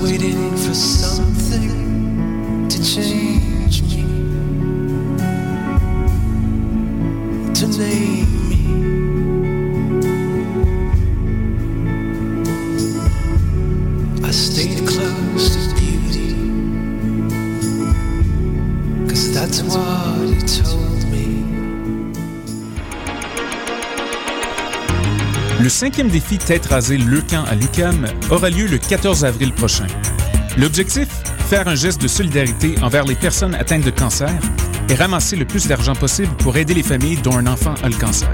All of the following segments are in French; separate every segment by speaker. Speaker 1: waiting for something to change me, to name me. I stayed close to beauty, cause that's what you told me.
Speaker 2: Le cinquième défi Tête rasée Leucan à l'UCAM aura lieu le 14 avril prochain. L'objectif Faire un geste de solidarité envers les personnes atteintes de cancer et ramasser le plus d'argent possible pour aider les familles dont un enfant a le cancer.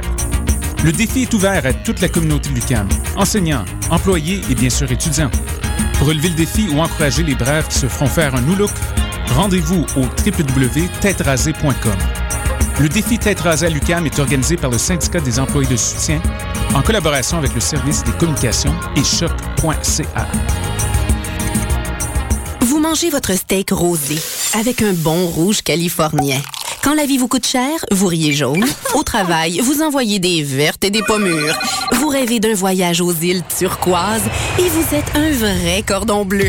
Speaker 2: Le défi est ouvert à toute la communauté de l'UCAM, enseignants, employés et bien sûr étudiants. Pour relever le défi ou encourager les braves qui se feront faire un new look, rendez-vous au www.têterasée.com. Le défi Tête rasée à l'UQAM est organisé par le syndicat des employés de soutien en collaboration avec le service des communications et choc.ca.
Speaker 3: Vous mangez votre steak rosé avec un bon rouge californien. Quand la vie vous coûte cher, vous riez jaune. Au travail, vous envoyez des vertes et des pommures. Vous rêvez d'un voyage aux îles turquoises et vous êtes un vrai cordon bleu.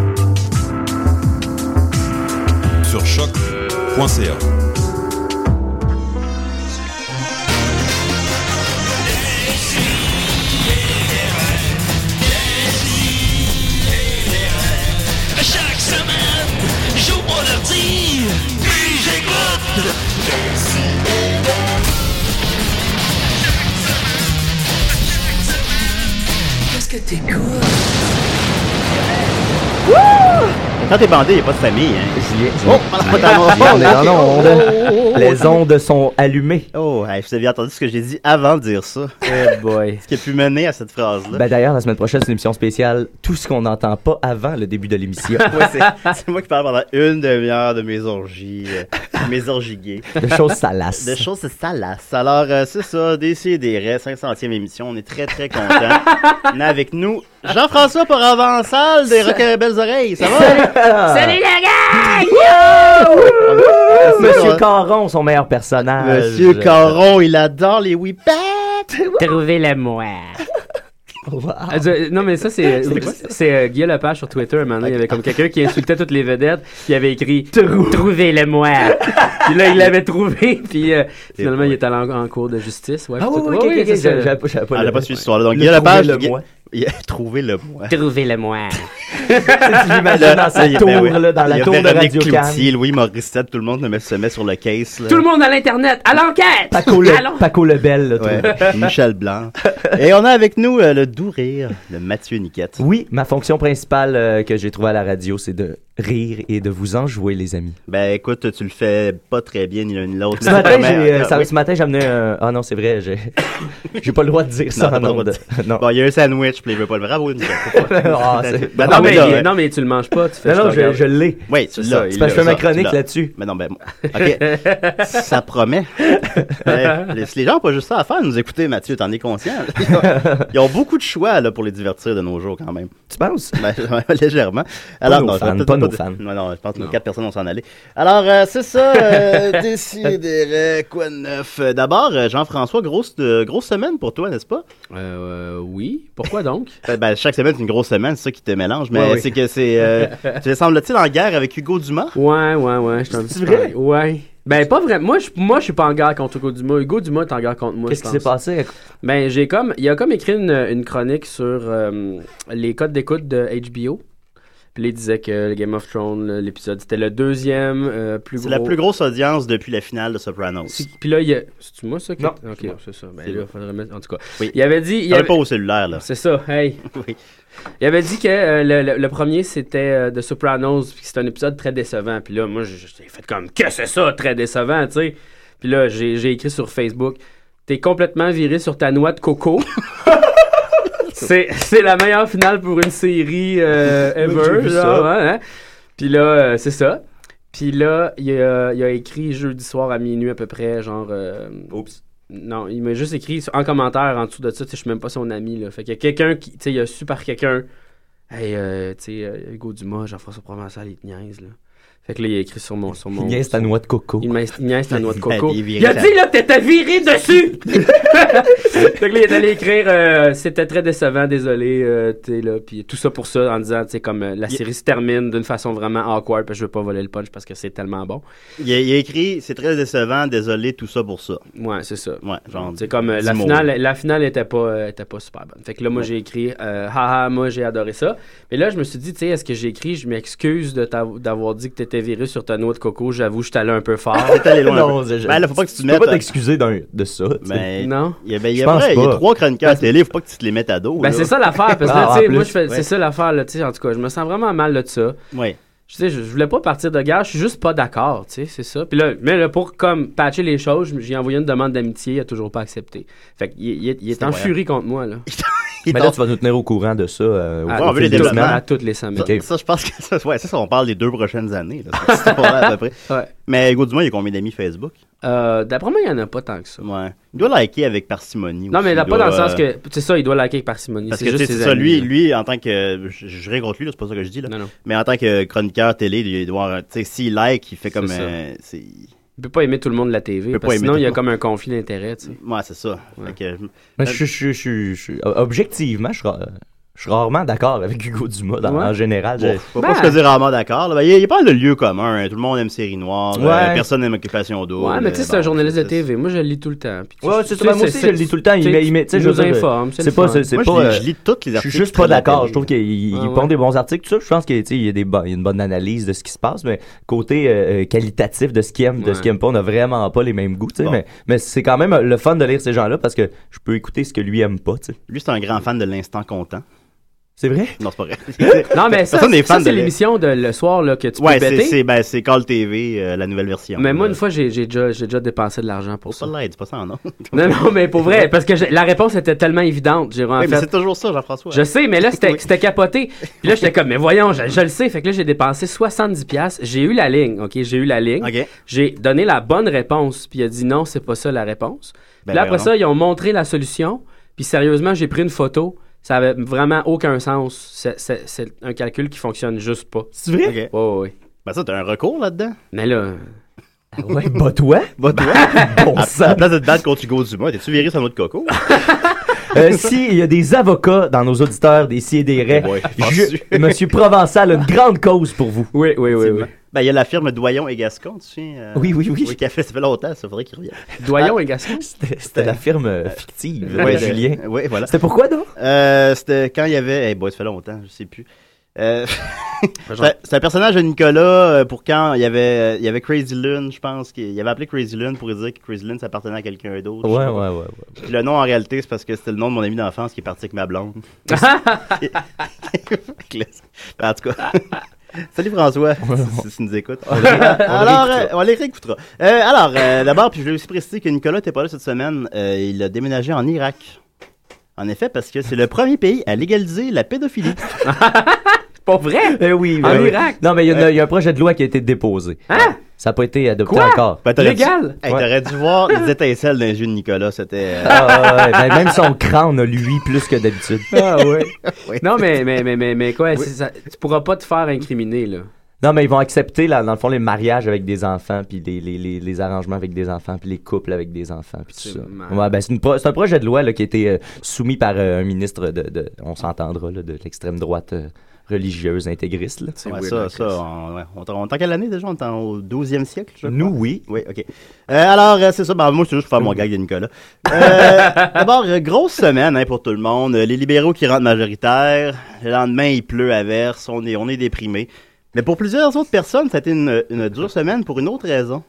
Speaker 4: Sur choc.ca.
Speaker 5: Chaque semaine, j'ouvre mon ordi, puis j'écoute.
Speaker 1: Qu'est-ce que t'es cool?
Speaker 6: Quand t'es bandé, y'a pas de famille, hein? Oh!
Speaker 7: Ah, On est dans l'onde. Les
Speaker 6: ondes.
Speaker 7: ondes sont allumées.
Speaker 6: Oh, hey, vous aviez entendu ce que j'ai dit avant de dire ça.
Speaker 7: Oh boy.
Speaker 6: Ce qui a pu mener à cette phrase-là.
Speaker 7: Ben d'ailleurs, la semaine prochaine, c'est une émission spéciale. Tout ce qu'on n'entend pas avant le début de l'émission.
Speaker 6: Ouais, c'est- c'est moi qui parle pendant une demi-heure de mes orgies, euh, mes orgies gays.
Speaker 7: De choses salaces.
Speaker 6: De choses salaces. Alors, euh, c'est ça, DCDR, 500e émission. On est très, très contents. On a avec nous Jean-François Paravençal des Rock à Belles Oreilles. Ça va?
Speaker 7: Salut Monsieur Caron, son meilleur personnage.
Speaker 6: hein. Monsieur Caron, il adore les whippets.
Speaker 8: Trouvez le moi.
Speaker 7: Wow.
Speaker 8: euh, non, mais ça, c'est
Speaker 7: C'est quoi, ça?
Speaker 8: c'est euh, Guillaume Lepage sur Twitter. un moment donné, il y avait comme quelqu'un qui insultait toutes les vedettes. Puis il avait écrit Trouvez le moi. puis là, il l'avait trouvé. Puis euh, finalement, il est allé en, en cours de justice. Ouais,
Speaker 7: Ah
Speaker 8: puis
Speaker 7: oui,
Speaker 8: tout. Ouais,
Speaker 7: oui, ok,
Speaker 8: ouais,
Speaker 7: ok,
Speaker 8: c'est
Speaker 7: ok,
Speaker 8: ça.
Speaker 7: j'avais- j'avais j'avais pas
Speaker 6: Ah, elle a
Speaker 7: le-
Speaker 6: pas suivi cette histoire-là. Donc,
Speaker 7: Le
Speaker 6: Guillaume Lepage.
Speaker 7: trouver le
Speaker 6: Gui-
Speaker 7: moi.
Speaker 6: Il a trouvé le moi.
Speaker 8: Trouvez le moi.
Speaker 7: J'imagine dans sa
Speaker 6: il y a-
Speaker 7: tour,
Speaker 6: ben oui.
Speaker 7: là, dans
Speaker 6: Il y
Speaker 7: la
Speaker 6: a
Speaker 7: tour de
Speaker 6: Véronique
Speaker 7: Radio Can.
Speaker 6: Cloutier, Louis Morissette, tout le monde me- se met sur le case. Là.
Speaker 8: Tout le monde à l'Internet, à l'enquête.
Speaker 7: Paco, le-
Speaker 8: Allons.
Speaker 7: Paco Lebel, là, tout le monde.
Speaker 6: Ouais, Michel Blanc. Et on a avec nous euh, le doux rire de Mathieu Niquette.
Speaker 7: Oui, ma fonction principale euh, que j'ai trouvée à la radio, c'est de rire et de vous enjouer, les amis.
Speaker 6: Ben écoute, tu le fais pas très bien ni l'un ni l'autre.
Speaker 7: Ce
Speaker 6: Mais ça
Speaker 7: matin,
Speaker 6: permet-
Speaker 7: j'ai, euh,
Speaker 6: Ah,
Speaker 7: ça-
Speaker 6: oui.
Speaker 7: ce matin, j'ai amené un. Ah non, c'est vrai, j'ai, j'ai pas le droit de dire
Speaker 6: Non,
Speaker 7: ça
Speaker 6: t'as
Speaker 7: en
Speaker 6: pas le droit de
Speaker 7: ondes. Non.
Speaker 6: Bon, il y a un sandwich, puis il veut pas le bravo. il nous a-
Speaker 7: Ah, c'est-
Speaker 6: Ben,
Speaker 8: Non,
Speaker 6: non, mais
Speaker 8: mais,
Speaker 6: là,
Speaker 8: il-
Speaker 6: ouais.
Speaker 8: non, mais tu le manges pas. Tu fais
Speaker 7: Non,
Speaker 8: je
Speaker 7: non,
Speaker 8: te
Speaker 7: je,
Speaker 8: regarde.
Speaker 7: je l'ai.
Speaker 6: Oui, tu
Speaker 8: C'est
Speaker 6: l'as.
Speaker 8: ça,
Speaker 6: il
Speaker 7: C'est parce que
Speaker 6: l'a,
Speaker 7: je fais ma
Speaker 6: ça, tu
Speaker 7: chronique
Speaker 6: l'as.
Speaker 7: là-dessus.
Speaker 6: Mais non, ben, OK. ça promet. Ben, les, les gens n'ont pas juste ça à faire, nous écouter, Mathieu, t'en es conscient. Ils ont, ils ont beaucoup de choix là, pour les divertir de nos jours, quand même.
Speaker 7: Tu penses?
Speaker 6: Ben, légèrement. Alors,
Speaker 7: nos
Speaker 6: non, je vais
Speaker 7: fans,
Speaker 6: peut-être
Speaker 7: pas nos
Speaker 6: dire-
Speaker 7: fans.
Speaker 6: Non, non, je pense que nos quatre personnes vont s'en aller. Alors, euh, c'est ça, euh, décidérez, quoi de neuf? Euh, D'abord, euh, Jean-François, grosse, euh, grosse semaine pour toi, n'est-ce pas?
Speaker 8: Euh, euh, oui. Pourquoi donc?
Speaker 6: Ben, ben, chaque semaine, c'est une grosse semaine, c'est ça qui te mélange, mais
Speaker 8: Ouais, oui.
Speaker 6: c'est que c'est... euh, tu sembles-t-il en guerre avec Hugo Dumas?
Speaker 8: Ouais, ouais, ouais. Je
Speaker 7: C'est vrai?
Speaker 8: Ouais. Ben, pas vrai. Moi, je, moi, je suis pas en guerre contre Hugo Dumas. Hugo Dumas est en guerre contre moi.
Speaker 7: Qu'est-ce
Speaker 8: je
Speaker 7: qui s'est
Speaker 8: pense.
Speaker 7: passé?
Speaker 8: Ben, j'ai comme. Il a comme écrit une, une chronique sur euh, les codes d'écoute de HBO. Puis là, il disait que le Game of Thrones, le- l'épisode, c'était le deuxième euh, plus
Speaker 6: C'est
Speaker 8: gros.
Speaker 6: la plus grosse audience depuis la finale de Sopranos.
Speaker 8: C'est- Puis là, il y a. C'est-tu moi ça? qui-
Speaker 7: Non,
Speaker 8: Ok,
Speaker 6: c'est moi.
Speaker 8: c'est ça. Ben
Speaker 6: C'est
Speaker 8: là,
Speaker 6: moi.
Speaker 8: faudrait mettre. En tout cas.
Speaker 6: Oui.
Speaker 8: Il avait dit. Il
Speaker 6: Il
Speaker 8: avait...
Speaker 6: pas au cellulaire, là.
Speaker 8: C'est ça, hey.
Speaker 6: Oui.
Speaker 8: Il avait dit que euh, le, le- le premier c'était euh, The Sopranos, puis que c'était un épisode très décevant. Puis là, moi, j'ai j'ai fait comme que c'est ça, très décevant, tu sais. Puis là, j'ai j'ai écrit sur Facebook, t'es complètement viré sur ta noix de coco. C'est c'est la meilleure finale pour une série euh,
Speaker 6: j'ai
Speaker 8: ever.
Speaker 6: vu
Speaker 8: genre,
Speaker 6: ça.
Speaker 8: hein, hein. Puis là, euh, c'est ça. Puis là, il a, il a écrit jeudi soir à minuit à peu près, genre. euh,
Speaker 6: Oups.
Speaker 8: non, il m'a juste écrit sur- en commentaire en dessous de ça, tu sais, je suis même pas son ami. Là. Fait qu'il y a quelqu'un qui. Tu sais, il a su par quelqu'un. Hey, euh, tu sais, euh, Hugo Dumas, Jean-François Provençal, il te niaise, là. Fait que là, il a écrit sur mon. Sur mon
Speaker 7: Niaise ta noix de coco.
Speaker 8: il m'a- il niaise la noix de coco.
Speaker 6: Il est viré
Speaker 8: Il a
Speaker 6: la-
Speaker 8: dit là que t'étais viré dessus! Donc là, il est allé écrire euh, C'était très décevant, désolé, euh, t'es là. Puis tout ça pour ça, en disant, tu sais, comme euh, la
Speaker 6: Il-
Speaker 8: série se termine d'une façon vraiment awkward, parce que je veux pas voler le punch parce que c'est tellement bon.
Speaker 6: Il a, il a écrit C'est très décevant, désolé, tout ça pour ça.
Speaker 8: Ouais, c'est ça.
Speaker 6: Ouais, genre.
Speaker 8: C'est comme euh,
Speaker 6: dix
Speaker 8: la
Speaker 6: mots.
Speaker 8: finale, la finale était pas, euh, était pas super bonne. Fait que là, moi, j'ai écrit, euh, haha, moi, j'ai adoré ça. Mais là, je me suis dit, tu sais, est-ce que j'ai écrit, je m'excuse de t'avo- d'avoir dit que t'étais viré sur ta noix de coco, j'avoue, je suis allé un peu fort.
Speaker 6: T'es allé loin.
Speaker 7: Non,
Speaker 6: un peu.
Speaker 7: c'est-
Speaker 6: Ben là, faut pas que tu te
Speaker 7: Tu peux
Speaker 6: mettes.
Speaker 7: pas t'excuser d'un- de ça. tu sais.
Speaker 6: Ben,
Speaker 8: Non.
Speaker 6: Il y a, ben, il y
Speaker 7: Je
Speaker 6: a,
Speaker 7: pense
Speaker 6: vrai, il y a
Speaker 7: pas.
Speaker 6: trois chroniqueurs à télé, faut pas que tu te les mettes à dos.
Speaker 8: Ben,
Speaker 6: là.
Speaker 8: c'est ça l'affaire, parce que
Speaker 7: Ah,
Speaker 8: là,
Speaker 7: en
Speaker 8: tu sais,
Speaker 7: plus.
Speaker 8: moi, je fais, c'est
Speaker 6: Ouais.
Speaker 8: ça l'affaire, là, tu sais, en tout cas, je me sens vraiment mal là, de ça.
Speaker 6: Ouais.
Speaker 8: Je sais, je, je voulais pas partir de guerre, je suis juste pas d'accord, tu sais, c'est ça. Puis là, mais là, pour comme patcher les choses, je- j'ai envoyé une demande d'amitié, il a toujours pas accepté. Fait qu'il il, est- il est
Speaker 6: C'est
Speaker 8: en
Speaker 6: incroyable.
Speaker 8: furie contre moi, là.
Speaker 7: Mais là, tu vas nous tenir au courant de ça. euh, au-
Speaker 8: À-
Speaker 6: Ah, on
Speaker 7: au
Speaker 6: veut
Speaker 7: fil
Speaker 6: les
Speaker 7: des
Speaker 6: développements.
Speaker 7: semaines.
Speaker 8: à toutes les semaines.
Speaker 6: Ça,
Speaker 7: Ok.
Speaker 6: ça, je pense que ça, ouais, ça, ça, on parle des deux prochaines années. Là, cette histoire-là, à peu près.
Speaker 8: Ouais.
Speaker 6: Mais Hugo Dumas, il y a combien d'amis Facebook?
Speaker 8: Euh, D'après moi, il y en a pas tant que ça.
Speaker 6: Ouais. Il doit liker avec parcimonie.
Speaker 8: Non,
Speaker 6: aussi,
Speaker 8: mais il a pas dans
Speaker 6: doit,
Speaker 8: le sens
Speaker 6: euh,
Speaker 8: que, c'est ça, il doit liker avec parcimonie.
Speaker 6: Parce
Speaker 8: C'est
Speaker 6: que tu
Speaker 8: juste
Speaker 6: sais,
Speaker 8: ses
Speaker 6: c'est ça,
Speaker 8: amis,
Speaker 6: lui,
Speaker 8: là.
Speaker 6: lui, en tant que. Je, je rien contre lui, là, c'est pas ça que je dis, là.
Speaker 8: Non, non.
Speaker 6: Mais en tant que chroniqueur télé, il doit. avoir- Tu sais, s'il like, il fait comme.
Speaker 8: C'est ça.
Speaker 6: euh, c'est-
Speaker 8: Il peut pas aimer tout le monde de la TV,
Speaker 6: peut
Speaker 8: parce
Speaker 6: pas
Speaker 8: que
Speaker 6: aimer
Speaker 8: sinon,
Speaker 6: tout
Speaker 8: il y a
Speaker 6: le
Speaker 8: comme un conflit d'intérêt, tu sais.
Speaker 6: Ouais, c'est ça. Fait que je-
Speaker 7: Mais je, je- je- je- je- objectivement, je suis ra- je suis rarement d'accord avec Hugo Dumas dans-
Speaker 8: Ouais.
Speaker 7: en général.
Speaker 6: Bon,
Speaker 7: je-
Speaker 6: faut pas se dire rarement d'accord. là. Ben, Il y, a- il y a pas de lieu commun. hein. Tout le monde aime série noire. euh,
Speaker 7: Ouais.
Speaker 6: personne n'aime occupation d'eau.
Speaker 8: Ouais, mais tu sais, c'est un journaliste de TV. Moi, je le lis tout le temps. Puis tu-
Speaker 7: Ouais,
Speaker 8: tu
Speaker 7: c'est
Speaker 8: sais,
Speaker 7: ça. Ben, Moi aussi, je le lis tout le temps.
Speaker 8: tu
Speaker 7: Il
Speaker 8: sais,
Speaker 7: met- il met- tu sais,
Speaker 8: il
Speaker 7: je veux
Speaker 8: nous
Speaker 7: dire,
Speaker 8: informe, c'est
Speaker 7: C'est
Speaker 8: le
Speaker 7: pas.
Speaker 8: fun.
Speaker 7: c'est- c'est
Speaker 6: Moi, je
Speaker 7: pas,
Speaker 6: lis-
Speaker 7: euh,
Speaker 6: je, lis toutes les
Speaker 7: Je
Speaker 6: articles.
Speaker 7: suis juste
Speaker 6: qui traînent
Speaker 7: pas
Speaker 6: à la
Speaker 7: d'accord.
Speaker 6: télé.
Speaker 7: Je trouve qu'il il-
Speaker 8: Ah
Speaker 7: il
Speaker 8: ouais.
Speaker 7: pond des bons articles, tout ça. Je pense qu'il tu sais, il y a des bonnes- il y a une bonne analyse de ce qui se passe, mais côté euh, euh, qualitatif de ce qu'il aime, de
Speaker 8: Ouais.
Speaker 7: ce qu'il aime pas, on n'a vraiment pas les mêmes goûts. tu sais,
Speaker 6: Bon.
Speaker 7: Mais, mais c'est quand même euh, le fun de lire ces gens-là parce que je peux écouter ce que lui aime pas. tu sais.
Speaker 6: Lui, c'est un grand fan de l'instant content.
Speaker 7: C'est vrai?
Speaker 6: Non, c'est pas vrai.
Speaker 8: Non, mais ça,
Speaker 6: Hein? Personne n'est
Speaker 8: c'est- ça,
Speaker 6: fan
Speaker 8: c'est
Speaker 6: de-
Speaker 8: l'émission de le soir là, que tu
Speaker 6: ouais,
Speaker 8: peux
Speaker 6: c'est,
Speaker 8: péter.
Speaker 6: c'est, ben, c'est Call TV, euh, la nouvelle version.
Speaker 8: Mais moi,
Speaker 6: Euh,
Speaker 8: une fois, j'ai j'ai déjà, j'ai déjà dépensé de l'argent pour
Speaker 6: Ça
Speaker 8: ça.
Speaker 6: l'aide, c'est pas ça, non?
Speaker 8: Non, non, mais pour vrai, parce que j'ai- la réponse était tellement évidente. J'ai vraiment
Speaker 6: Oui, mais
Speaker 8: fait.
Speaker 6: c'est toujours ça, Jean-François.
Speaker 8: Je sais, mais là, c'était c'était capoté. Puis là, j'étais comme, mais voyons, je, je le sais. Fait que là, j'ai dépensé 70$. J'ai eu la ligne, OK? J'ai eu la ligne.
Speaker 6: OK.
Speaker 8: J'ai donné la bonne réponse. Puis il a dit non, c'est pas ça la réponse.
Speaker 6: Ben,
Speaker 8: Puis là, après
Speaker 6: voyons.
Speaker 8: ça, ils ont montré la solution. Puis sérieusement, j'ai pris une photo. Ça avait vraiment aucun sens. C'est- C'est c'est un calcul qui fonctionne juste pas.
Speaker 7: C'est vrai?
Speaker 6: OK.
Speaker 8: Ouais, ouais, ouais.
Speaker 6: Ben, ça, t'as un recours là-dedans.
Speaker 8: Mais là,
Speaker 7: Ouais, bah toi?
Speaker 6: Bah, toi,
Speaker 7: Bon
Speaker 6: à, à
Speaker 7: sang!
Speaker 6: la place de te battre contre Hugo Dumas, t'es-tu viré sur notre coco?
Speaker 7: Euh, si il y a des avocats dans nos auditeurs, des si et des raies,
Speaker 6: Ouais,
Speaker 7: je-
Speaker 6: penses-tu?
Speaker 7: Monsieur Provençal a une grande cause pour vous.
Speaker 8: oui, oui, oui, oui.
Speaker 6: Ben, il y a la firme Doyon et Gascon, tu sais. euh,
Speaker 7: Oui, oui, oui.
Speaker 6: Oui, qui a fait, ça fait longtemps, ça faudrait qu'il revienne. Ah.
Speaker 8: Doyon et Gascon.
Speaker 7: C'était c'était la firme euh, fictive de
Speaker 6: Ouais,
Speaker 7: Julien.
Speaker 6: de- ouais, voilà.
Speaker 7: C'était pourquoi, donc?
Speaker 6: Euh, c'était quand il y avait. Eh, boy, ça fait longtemps, je sais plus. Euh, c'est c'est un personnage de Nicolas euh, pour quand il y avait, euh, il y avait Crazy Lune, je pense. qu'il- Il avait appelé Crazy Lune pour dire que Crazy Lune, ça appartenait à quelqu'un d'autre. je sais
Speaker 7: Ouais, ouais,
Speaker 6: pas.
Speaker 7: ouais. ouais.
Speaker 6: Puis le nom, en réalité, c'est parce que c'était le nom de mon ami d'enfance qui est parti avec ma blonde. en tout cas. Salut François, si, si tu nous écoutes. alors, euh, on les réécoutera. Euh, alors, euh, d'abord, puis je voulais aussi préciser que Nicolas n'était pas là cette semaine. Euh, il a déménagé en Irak. En effet, parce que c'est le premier pays à légaliser la pédophilie. Euh,
Speaker 8: Pas vrai?
Speaker 7: Eh oui,
Speaker 8: En
Speaker 7: ben oui.
Speaker 8: Irak?
Speaker 7: Non, mais il y, en a- il y a un projet de loi qui a été déposé.
Speaker 8: Hein?
Speaker 7: Ça n'a pas été adopté
Speaker 8: Quoi?
Speaker 7: encore.
Speaker 6: Ben, t'aurais
Speaker 8: Légal?
Speaker 6: Dû, hey,
Speaker 7: Ouais.
Speaker 6: T'aurais dû voir les étincelles d'un jeu de Nicolas. C'était. euh,
Speaker 7: Ah, ouais, ouais, ben, même son crâne a lui plus que d'habitude.
Speaker 8: Ah ouais.
Speaker 6: Oui.
Speaker 8: Non, mais, mais, mais, mais, mais quoi, c'est ça- tu pourras pas te faire incriminer, là.
Speaker 7: Non, mais ils vont accepter, là, dans le fond, les mariages avec des enfants, puis les, les, les, les arrangements avec des enfants, puis les couples avec des enfants, puis tout
Speaker 8: C'est
Speaker 7: ça.
Speaker 8: mal.
Speaker 7: Ouais, ben, c'est, une pro- c'est un projet de loi là, qui a été euh, soumis par euh, un ministre de, de- on s'entendra, là, de l'extrême droite euh, religieuse intégriste. là.
Speaker 8: C'est
Speaker 6: ouais,
Speaker 8: weird,
Speaker 6: ça,
Speaker 8: hein,
Speaker 6: ça,
Speaker 8: Chris.
Speaker 6: on, ouais. on est en- on est en quelle année déjà? On est en- au 12e siècle, je
Speaker 7: Nous, oui.
Speaker 6: Oui, OK. Euh, alors, euh, c'est ça. Ben, moi, je suis juste pour faire mon gag de Nicolas. Euh, D'abord, euh, grosse semaine hein, pour tout le monde. Euh, Les libéraux qui rentrent majoritaires. Le lendemain, il pleut à verse. On est, on est déprimé. Mais pour plusieurs autres personnes, ça a été une, une dure semaine pour une autre raison.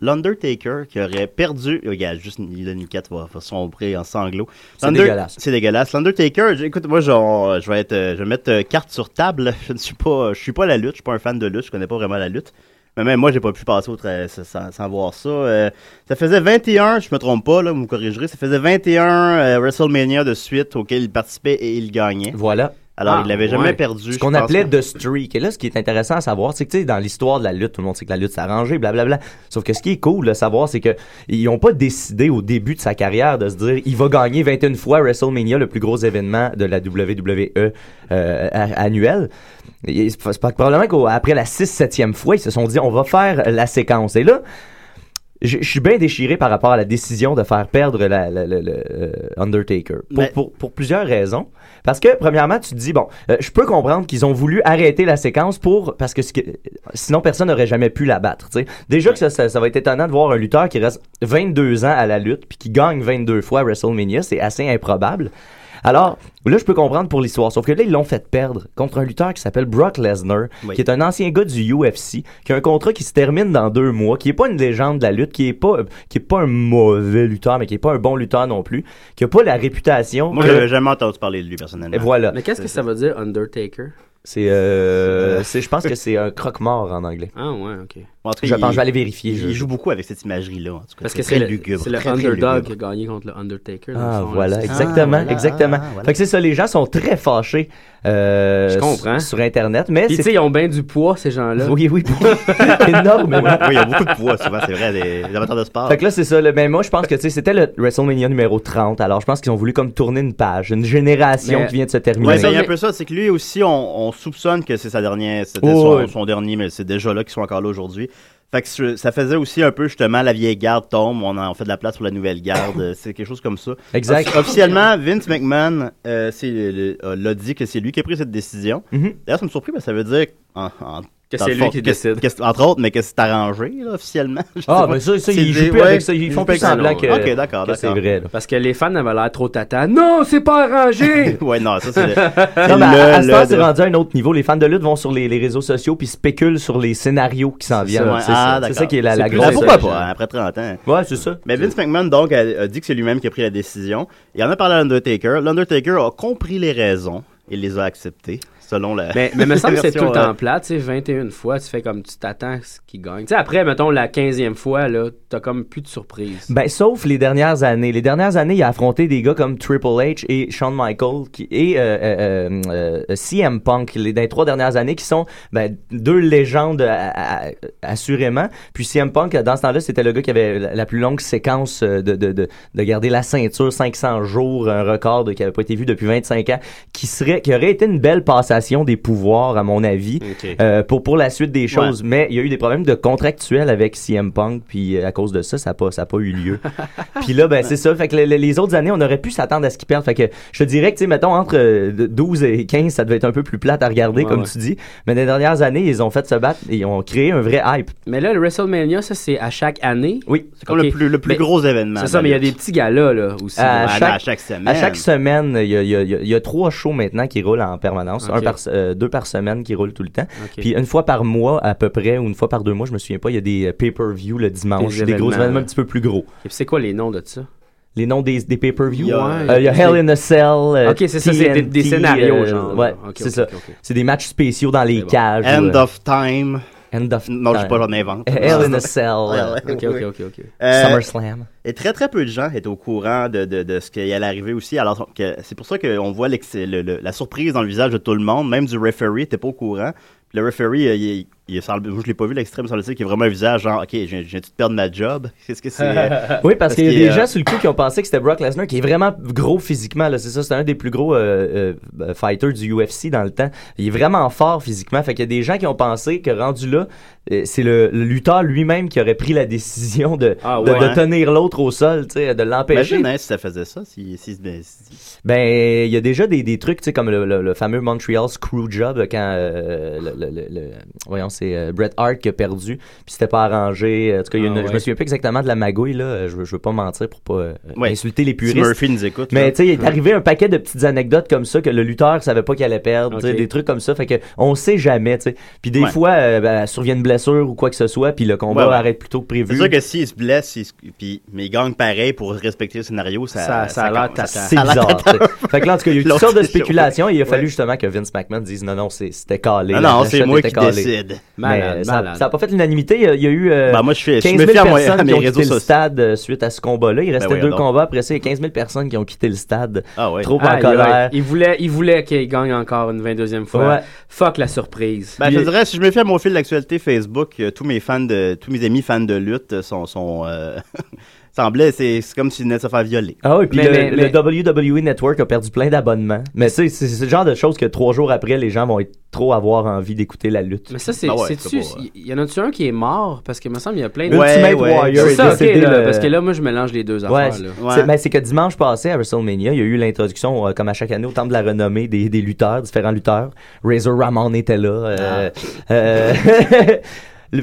Speaker 6: L'Undertaker qui aurait perdu. euh, Regarde, juste une une quête va, va sombrer en sanglots.
Speaker 7: C'est
Speaker 6: L'Under-
Speaker 7: dégueulasse.
Speaker 6: C'est dégueulasse. L'Undertaker, j- écoute, moi, j'en- je vais être, euh, je vais mettre euh, carte sur table. Je ne suis pas, je suis pas à la lutte. Je suis pas un fan de lutte. Je connais pas vraiment la lutte. Mais même moi, j'ai pas pu passer au tra- sans, sans voir ça. Euh, ça faisait 21, je me trompe pas, là, vous me corrigerez, ça faisait 21 euh, WrestleMania de suite auxquels il participait et il gagnait.
Speaker 7: Voilà.
Speaker 6: Alors,
Speaker 8: Ah,
Speaker 6: il l'avait
Speaker 8: ouais.
Speaker 6: jamais perdu.
Speaker 7: Ce
Speaker 6: je
Speaker 7: qu'on
Speaker 6: pense
Speaker 7: appelait
Speaker 6: que-
Speaker 7: The Streak. Et là, ce qui est intéressant à savoir, c'est que, tu sais, dans l'histoire de la lutte, tout le monde sait que la lutte s'est arrangée, blablabla. Sauf que ce qui est cool de savoir, c'est que ils n'ont pas décidé au début de sa carrière de se dire, il va gagner 21 fois WrestleMania, le plus gros événement de la WWE euh, a- annuel. Et C'est c'est pas- probablement qu'après la 6-7e fois, ils se sont dit, on va faire la séquence. Et là, je je suis bien déchiré par rapport à la décision de faire perdre la- la- la- le euh, Undertaker. Pour,
Speaker 6: Mais-
Speaker 7: pour- pour plusieurs raisons. Parce que, premièrement, tu te dis, bon, euh, je peux comprendre qu'ils ont voulu arrêter la séquence pour. Parce que ce que- sinon, personne n'aurait jamais pu la battre. tu sais. Déjà que ça, ça- ça va être étonnant de voir un lutteur qui reste 22 ans à la lutte puis qui gagne 22 fois à WrestleMania. C'est assez improbable. Alors, là, je peux comprendre pour l'histoire. Sauf que là, ils l'ont fait perdre contre un lutteur qui s'appelle Brock Lesnar,
Speaker 6: Oui.
Speaker 7: qui est un ancien gars du UFC, qui a un contrat qui se termine dans deux mois, qui est pas une légende de la lutte, qui est pas, qui est pas un mauvais lutteur, mais qui est pas un bon lutteur non plus, qui a pas la réputation.
Speaker 6: Moi,
Speaker 7: que-
Speaker 6: j'avais jamais entendu parler de lui personnellement.
Speaker 7: Et voilà.
Speaker 8: Mais qu'est-ce que ça veut dire, Undertaker?
Speaker 7: C'est, euh, c'est, je pense que c'est un croque-mort en anglais.
Speaker 8: Ah ouais, ok.
Speaker 6: En tout cas,
Speaker 7: Je
Speaker 6: il-
Speaker 7: pense, je vais aller vérifier.
Speaker 6: Il
Speaker 7: je-
Speaker 6: joue beaucoup avec cette imagerie-là. en tout cas.
Speaker 8: Parce que
Speaker 6: très
Speaker 8: c'est le,
Speaker 6: lugubre,
Speaker 8: c'est le
Speaker 6: très, très
Speaker 8: underdog
Speaker 6: lugubre.
Speaker 8: qui a gagné contre le Undertaker. dans le
Speaker 7: Ah,
Speaker 8: fond,
Speaker 7: voilà,
Speaker 8: là.
Speaker 7: exactement,
Speaker 6: voilà,
Speaker 7: exactement.
Speaker 6: ah, voilà.
Speaker 7: Fait que c'est ça, les gens sont très fâchés euh,
Speaker 8: Je comprends.
Speaker 7: sur Internet, mais
Speaker 8: Puis, tu
Speaker 7: c'est...
Speaker 8: sais, ils ont bien du poids, ces gens-là.
Speaker 7: Oui, oui, énormément.
Speaker 6: oui, il y a beaucoup de poids souvent, c'est vrai, les, les amateurs de sport.
Speaker 7: hein. Fait que là, c'est ça. le Mais moi, je pense que tu sais, c'était le WrestleMania numéro 30. Alors, je pense qu'ils ont voulu comme tourner une page, une génération
Speaker 8: Mais-
Speaker 7: qui vient de se terminer.
Speaker 6: Ouais, c'est
Speaker 8: mais-
Speaker 6: un peu ça, c'est que lui aussi, on, on soupçonne que c'est sa dernière, c'était
Speaker 7: Oh,
Speaker 6: son,
Speaker 7: ouais.
Speaker 6: son dernier, mais c'est déjà là qu'ils sont encore là aujourd'hui. Fait que ce- ça faisait aussi un peu justement la vieille garde tombe, on en fait de la place pour la nouvelle garde, c'est quelque chose comme ça.
Speaker 7: Exact.
Speaker 6: Offi- Officiellement, Vince McMahon euh, c'est le- le- euh, l'a dit que c'est lui qui a pris cette décision.
Speaker 7: Mhm.
Speaker 6: D'ailleurs, ça me surprit parce que ça veut dire en- en-
Speaker 8: Que
Speaker 6: dans le
Speaker 8: c'est
Speaker 6: fond,
Speaker 8: lui qui
Speaker 6: que-
Speaker 8: décide.
Speaker 6: que- entre autres, mais que c'est arrangé là, officiellement. Je sais
Speaker 7: Ah,
Speaker 6: pas.
Speaker 7: mais ça, ça,
Speaker 6: C'est
Speaker 7: ils
Speaker 6: des-
Speaker 7: jouent plus
Speaker 6: ouais,
Speaker 7: avec ça. Ils
Speaker 6: ils
Speaker 7: font
Speaker 6: jouent
Speaker 7: plus
Speaker 6: plus avec ça,
Speaker 7: semblant
Speaker 8: non.
Speaker 7: que,
Speaker 6: Ok, d'accord,
Speaker 7: que c'est
Speaker 6: d'accord.
Speaker 7: vrai. là.
Speaker 8: Parce que les fans avaient l'air trop tata. Non, c'est pas arrangé!
Speaker 6: ouais, non, ça c'est. le- c'est
Speaker 7: Non, mais à- à
Speaker 6: le-
Speaker 7: ce temps,
Speaker 6: le-
Speaker 7: c'est rendu à un autre niveau. Les fans de lutte vont sur les, les réseaux sociaux puis spéculent sur les scénarios qui s'en viennent.
Speaker 6: ouais,
Speaker 7: C'est
Speaker 6: ah,
Speaker 7: ça. C'est
Speaker 6: d'accord.
Speaker 7: ça qui est la,
Speaker 8: C'est
Speaker 7: la
Speaker 8: plus
Speaker 6: Ah,
Speaker 7: grosse... euh,
Speaker 6: pourquoi
Speaker 8: Ouais,
Speaker 6: pas, après 30 ans.
Speaker 7: Ouais, c'est ça.
Speaker 6: Mais Vince McMahon, donc, a, a dit que c'est lui-même qui a pris la décision. Il en a parlé à l'Undertaker. L'Undertaker a compris les raisons et les a acceptées, selon la.
Speaker 7: Ben,
Speaker 8: Mais, mais me semble que c'est tout
Speaker 6: version,
Speaker 8: le
Speaker 6: euh,
Speaker 8: temps plat, tu sais, 21 fois, tu fais comme tu t'attends à ce qu'il gagne. Tu sais, après, mettons, la 15e fois, là, t'as comme plus de surprise.
Speaker 7: Ben, sauf les dernières années. Les dernières années, il a affronté des gars comme Triple H et Shawn Michaels qui, et euh, euh, euh, euh, CM Punk les, dans les trois dernières années qui sont ben, deux légendes euh, à- à- assurément. Puis CM Punk, dans ce temps-là, c'était le gars qui avait la, la plus longue séquence euh, de, de, de, de garder la ceinture 500 jours, un record de- qui n'avait pas été vu depuis 25 ans, qui, serait, qui aurait été une belle passation des pouvoirs, à mon avis.
Speaker 8: Ok.
Speaker 7: Euh, pour, pour la suite des choses. Mais il y a eu des problèmes de contractuels avec CM Punk, puis euh, à cause de ça, ça n'a pas, ça a pas eu lieu. puis là, ben, c'est ça. Fait que le- le- les autres années, on aurait pu s'attendre à ce qu'ils perdent. Fait que je te dirais que, tu sais, mettons, entre euh, de- 12 et 15, ça devait être un peu plus plate à regarder,
Speaker 8: Ouais,
Speaker 7: comme
Speaker 8: ouais.
Speaker 7: tu dis. Mais dans les dernières années, ils ont fait se battre et ils ont créé un vrai hype.
Speaker 8: Mais là, le WrestleMania, ça, c'est à chaque année.
Speaker 7: Oui.
Speaker 6: C'est comme
Speaker 8: Ok.
Speaker 6: le plus, le plus
Speaker 8: Mais-
Speaker 6: gros événement.
Speaker 8: C'est ça, mais il y a des petits galas, là, aussi.
Speaker 7: À
Speaker 6: À,
Speaker 8: là.
Speaker 6: chaque...
Speaker 7: chaque-
Speaker 6: à chaque semaine.
Speaker 7: À chaque semaine, il y a, il y a- il y a- il y a trois shows maintenant qui roulent en permanence,
Speaker 8: Ok.
Speaker 7: un par, euh, deux par semaine qui roulent tout le temps.
Speaker 8: Ok.
Speaker 7: Puis une fois par mois à peu près, ou une fois par deux mois, je me souviens pas, il y a des euh, pay-per-view le dimanche,
Speaker 8: Des
Speaker 7: des, gros
Speaker 8: événements,
Speaker 7: événements un
Speaker 8: ouais.
Speaker 7: petit peu plus gros.
Speaker 8: Et puis, c'est quoi les noms de ça?
Speaker 7: Les noms des, des pay-per-view.
Speaker 6: Il y a-
Speaker 7: Euh, Il y a Hell in a Cell. euh,
Speaker 8: Ok, c'est ça, c'est des- des
Speaker 7: TNT,
Speaker 8: scénarios,
Speaker 7: euh,
Speaker 8: genre.
Speaker 7: Ouais,
Speaker 8: Ok,
Speaker 7: c'est
Speaker 8: ok,
Speaker 7: ça.
Speaker 8: ok, ok.
Speaker 7: C'est des matchs spéciaux dans les
Speaker 8: bon.
Speaker 7: cages.
Speaker 6: End
Speaker 7: euh,
Speaker 6: of time.
Speaker 7: End of
Speaker 6: Non, je sais
Speaker 7: Time.
Speaker 6: pas, j'en invente.
Speaker 7: Hell in a Cell. euh,
Speaker 6: Ouais, ouais,
Speaker 8: Ok,
Speaker 6: ouais.
Speaker 8: ok, ok, ok.
Speaker 6: Euh,
Speaker 7: SummerSlam.
Speaker 6: Et très très peu de gens étaient au courant de, de, de ce qui allait arriver aussi. Alors que- c'est pour ça qu'on voit l'ex- le- le- la surprise dans le visage de tout le monde, même du referee était pas au courant. Puis le referee, euh, il, il semble- moi, je l'ai pas vu l'extrême sur le site, qui est vraiment un visage genre, ok, j'ai j'ai tout perdre ma job. Qu'est-ce que c'est euh,
Speaker 7: Oui,
Speaker 6: Parce
Speaker 7: parce, qu'il y a
Speaker 6: qu'il
Speaker 7: des
Speaker 6: est,
Speaker 7: gens
Speaker 6: euh,
Speaker 7: sur le coup qui ont pensé que c'était Brock Lesnar, qui est vraiment gros physiquement. là. C'est ça, c'est un des plus gros euh, euh, fighters du UFC dans le temps. Il est vraiment fort physiquement. Fait qu'il y a des gens qui ont pensé que rendu là, euh, c'est le, le lutteur lui-même qui aurait pris la décision de,
Speaker 8: Ah
Speaker 7: de-
Speaker 8: ouais.
Speaker 7: de tenir l'autre au sol, tu sais, de l'empêcher.
Speaker 6: Imagine hein, si ça faisait ça, si, si- ben, si-
Speaker 7: Ben, il y a déjà des, des trucs, tu sais, comme le, le- le fameux Montreal Screwjob, là, quand, euh, le, le- le- le- voyons, c'est euh, Bret Hart qui a perdu, puis c'était pas arrangé. Euh, En tout cas, il y a
Speaker 8: Ah
Speaker 7: une-
Speaker 8: ouais.
Speaker 7: je me souviens plus exactement de la magouille, là, euh, je, veux- je veux pas mentir pour pas euh,
Speaker 6: Ouais.
Speaker 7: insulter les
Speaker 6: si
Speaker 7: puristes.
Speaker 6: Murphy nous écoute.
Speaker 7: Mais
Speaker 6: là.
Speaker 7: tu sais, il est arrivé un paquet de petites anecdotes comme ça que le lutteur savait pas qu'il allait perdre, tu sais,
Speaker 8: Ok.
Speaker 7: des trucs comme ça. Fait que on sait jamais, tu sais. Puis des
Speaker 6: Ouais.
Speaker 7: fois, euh, ben, survient une blessure ou quoi que ce soit, puis le combat
Speaker 6: Ouais, ouais.
Speaker 7: arrête plus tôt que
Speaker 6: c'est
Speaker 7: prévu.
Speaker 6: sûr que s'il se blesse, il se- puis, mais il gagne pareil pour respecter le scénario, ça,
Speaker 8: Ça- ça a l'air tata.
Speaker 6: ça-
Speaker 7: C'est
Speaker 6: ça a l'air
Speaker 7: bizarre.
Speaker 6: tata.
Speaker 7: t'sais. fait que là, en tout cas, il y a eu toutes
Speaker 6: L'autre
Speaker 7: sortes de
Speaker 6: question.
Speaker 7: spéculations et il a fallu
Speaker 6: Ouais.
Speaker 7: justement que Vince McMahon dise non, non, c'est- c'était calé.
Speaker 6: Non,
Speaker 7: la-
Speaker 6: non,
Speaker 7: la
Speaker 6: c'est
Speaker 7: shot
Speaker 6: moi
Speaker 7: était
Speaker 6: qui
Speaker 7: calée.
Speaker 6: décide.
Speaker 8: Malade,
Speaker 7: mais ça
Speaker 8: malade.
Speaker 7: n'a pas fait l'unanimité. Il y a eu euh,
Speaker 6: Ben, moi, je fais- je
Speaker 7: 15
Speaker 6: me
Speaker 7: 000
Speaker 6: fie à moi- à
Speaker 7: personnes
Speaker 6: mes
Speaker 7: qui ont
Speaker 6: réseaux
Speaker 7: quitté le
Speaker 6: sociaux. Ben
Speaker 7: stade euh, suite à ce combat-là. Il restait
Speaker 6: voyons
Speaker 7: deux
Speaker 6: donc.
Speaker 7: combats. Après ça, il y a 15 000 personnes qui ont quitté le stade.
Speaker 6: Ah ouais.
Speaker 7: Trop en
Speaker 8: Aïe, aïe.
Speaker 7: colère.
Speaker 8: Il voulait, il voulait qu'il gagne encore une 22e fois.
Speaker 7: Ouais.
Speaker 8: Fuck la surprise.
Speaker 6: Ben, je
Speaker 8: Il-
Speaker 6: te dirais, si je me fie à mon fil d'actualité Facebook, euh, tous mes fans de, tous mes amis fans de lutte sont, sont euh, semblait, c'est c'est comme s'ils venaient de se faire violer.
Speaker 7: Ah oui, puis
Speaker 8: Mais-
Speaker 7: le,
Speaker 8: mais-
Speaker 7: le E.
Speaker 8: mais-
Speaker 7: WWE Network a perdu plein d'abonnements. Mais c'est c'est- c'est le genre de choses que trois jours après, les gens vont être trop avoir envie d'écouter la lutte.
Speaker 8: Mais ça, c'est.
Speaker 6: Ah ouais,
Speaker 8: c'est-tu-
Speaker 6: c'est pas, euh,
Speaker 8: Il y en a-tu un qui est mort Parce que, me semble, il y a plein de.
Speaker 6: Ouais,
Speaker 7: Ultimate
Speaker 6: ouais.
Speaker 7: Warrior
Speaker 8: c'est
Speaker 7: est
Speaker 8: ça, ok,
Speaker 7: décédé
Speaker 8: là,
Speaker 7: le-
Speaker 8: Parce que là, moi, je mélange les deux
Speaker 7: Ouais,
Speaker 8: affaires. là.
Speaker 7: c'est-
Speaker 6: Ouais.
Speaker 7: c'est- mais c'est que dimanche passé à WrestleMania, il y a eu l'introduction, euh, comme à chaque année, au temple de la renommée des, des lutteurs, différents lutteurs. Razor Ramon était là. euh,
Speaker 6: Ah.
Speaker 7: euh, le-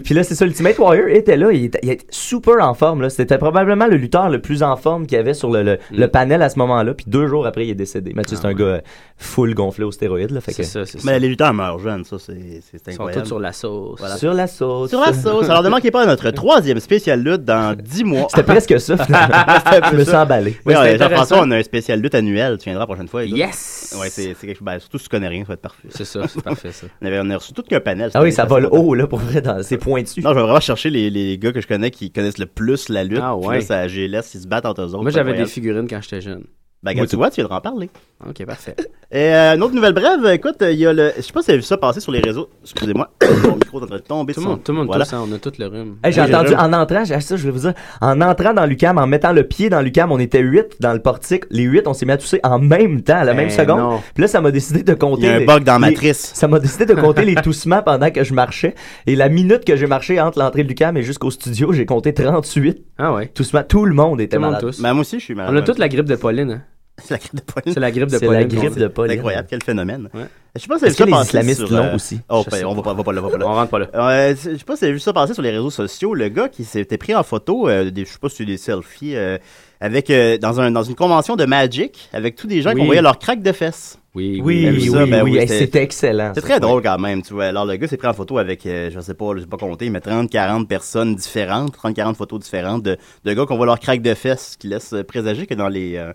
Speaker 7: Puis là, c'est ça, Ultimate Warrior était là. Il était, il était super en forme. là. C'était probablement le lutteur le plus en forme qu'il y avait sur le, le,
Speaker 8: Mm.
Speaker 7: le panel à ce moment-là. Puis deux jours après, il est décédé. Mais tu sais, c'est un gars euh, full gonflé aux stéroïdes. Là, fait
Speaker 8: Ah C'est
Speaker 7: que-
Speaker 8: ça, c'est ça.
Speaker 6: Mais les lutteurs meurent jeunes, ça, c'est c'est
Speaker 8: Ils sont
Speaker 6: incroyable.
Speaker 8: tous sur la sauce.
Speaker 7: Sur la sauce.
Speaker 6: Sur la sauce. Alors, ne manquez pas notre troisième spécial lutte dans 10 mois.
Speaker 7: C'était presque ça, finalement. Je me suis emballé.
Speaker 8: Ouais,
Speaker 6: Oui,
Speaker 8: c'est
Speaker 6: Jean-François,
Speaker 8: intéressant.
Speaker 6: on a un spécial lutte annuel. Tu viendras la prochaine fois. écoute.
Speaker 8: Yes
Speaker 6: Ouais, c'est c'est quelque chose. ben, surtout si tu connais rien, ça va être parfait.
Speaker 8: C'est ça, c'est parfait, ça.
Speaker 6: On, avait, on a reçu tout qu'un panel. cette
Speaker 7: Ah oui,
Speaker 6: année,
Speaker 7: ça
Speaker 6: fait
Speaker 7: vole
Speaker 6: longtemps.
Speaker 7: haut, là, pour vrai. dans- C'est pointu.
Speaker 6: Non, je vais vraiment chercher les, les gars que je connais qui connaissent le plus la lutte.
Speaker 8: Ah
Speaker 6: Puis
Speaker 8: ouais.
Speaker 6: là, ça GLS, ils se battent entre eux autres.
Speaker 8: Moi,
Speaker 6: c'est
Speaker 8: j'avais des
Speaker 6: incroyable.
Speaker 8: figurines quand j'étais jeune.
Speaker 6: Ben, regarde, tu vois, tu viendras en parler.
Speaker 8: Ok, parfait.
Speaker 6: Et, euh, une autre nouvelle brève, écoute, il y a le. Je sais pas si vous avez vu ça passer sur les réseaux. Excusez-moi, mon micro est en train de tomber.
Speaker 8: Tout
Speaker 6: de
Speaker 8: le
Speaker 6: son-
Speaker 8: monde, tout le monde,
Speaker 6: voilà.
Speaker 8: tous, hein, on a tout le rhume.
Speaker 7: Hey, j'ai
Speaker 6: Oui, j'ai
Speaker 7: entendu
Speaker 6: jamais-
Speaker 7: en entrant, j'ai- ça je vais vous dire, en entrant dans Lucam, en mettant le pied dans Lucam, on était 8 dans le portique. Les 8, on s'est mis à tousser en même temps, à la
Speaker 8: Ben
Speaker 7: même seconde.
Speaker 8: non.
Speaker 7: Puis là, ça m'a décidé de compter.
Speaker 6: Il y a un
Speaker 7: les-
Speaker 6: bug dans
Speaker 7: les-
Speaker 6: Matrice.
Speaker 7: Ça m'a décidé de compter les toussements pendant que je marchais. Et la minute que j'ai marché entre l'entrée de Lucam et jusqu'au studio, j'ai compté 38
Speaker 8: Ah ouais.
Speaker 7: toussements. Tout le monde était
Speaker 8: Tout le monde,
Speaker 7: malade.
Speaker 8: tous.
Speaker 6: Ben, moi aussi, je suis malade.
Speaker 8: On a toute la grippe de Pauline. hein.
Speaker 6: C'est la grippe de poignée.
Speaker 8: C'est la grippe de
Speaker 7: C'est la
Speaker 8: Pauline. qu'on
Speaker 7: grippe
Speaker 8: dit.
Speaker 7: de Paul.
Speaker 6: C'est incroyable, quel phénomène.
Speaker 8: Ouais.
Speaker 6: Je sais pas si vous avez vu
Speaker 7: Est-ce
Speaker 6: ça
Speaker 7: que les
Speaker 6: passer
Speaker 7: islamistes
Speaker 6: sur,
Speaker 7: l'ont
Speaker 6: euh,
Speaker 7: aussi?
Speaker 6: Oh,
Speaker 8: Je
Speaker 6: ben,
Speaker 8: sais
Speaker 6: on va pas, on va pas là, on va pas là.
Speaker 8: On rentre pas là.
Speaker 6: Euh, c'est- je sais pas si vous avez vu ça passer sur les réseaux sociaux, le gars qui s'était pris en photo, euh, des, je sais pas si c'est des selfies, euh, avec, euh, dans, un, dans une convention de Magic, avec tous des gens
Speaker 8: Oui.
Speaker 6: qui voyait leur crack de fesses.
Speaker 8: Oui,
Speaker 7: Oui,
Speaker 6: Ben,
Speaker 7: oui,
Speaker 6: ça, ben
Speaker 7: oui,
Speaker 6: oui,
Speaker 7: hey,
Speaker 6: c'est-
Speaker 7: c'était excellent.
Speaker 6: C'est
Speaker 7: ça.
Speaker 6: très drôle quand même, tu vois. Alors, le gars s'est pris en photo avec, euh, je sais pas, je sais pas compter, mais 30-40 personnes différentes, 30-40 photos différentes de, de gars qu'on voit leur craque de fesses, ce qui laisse euh, présager que dans les, euh,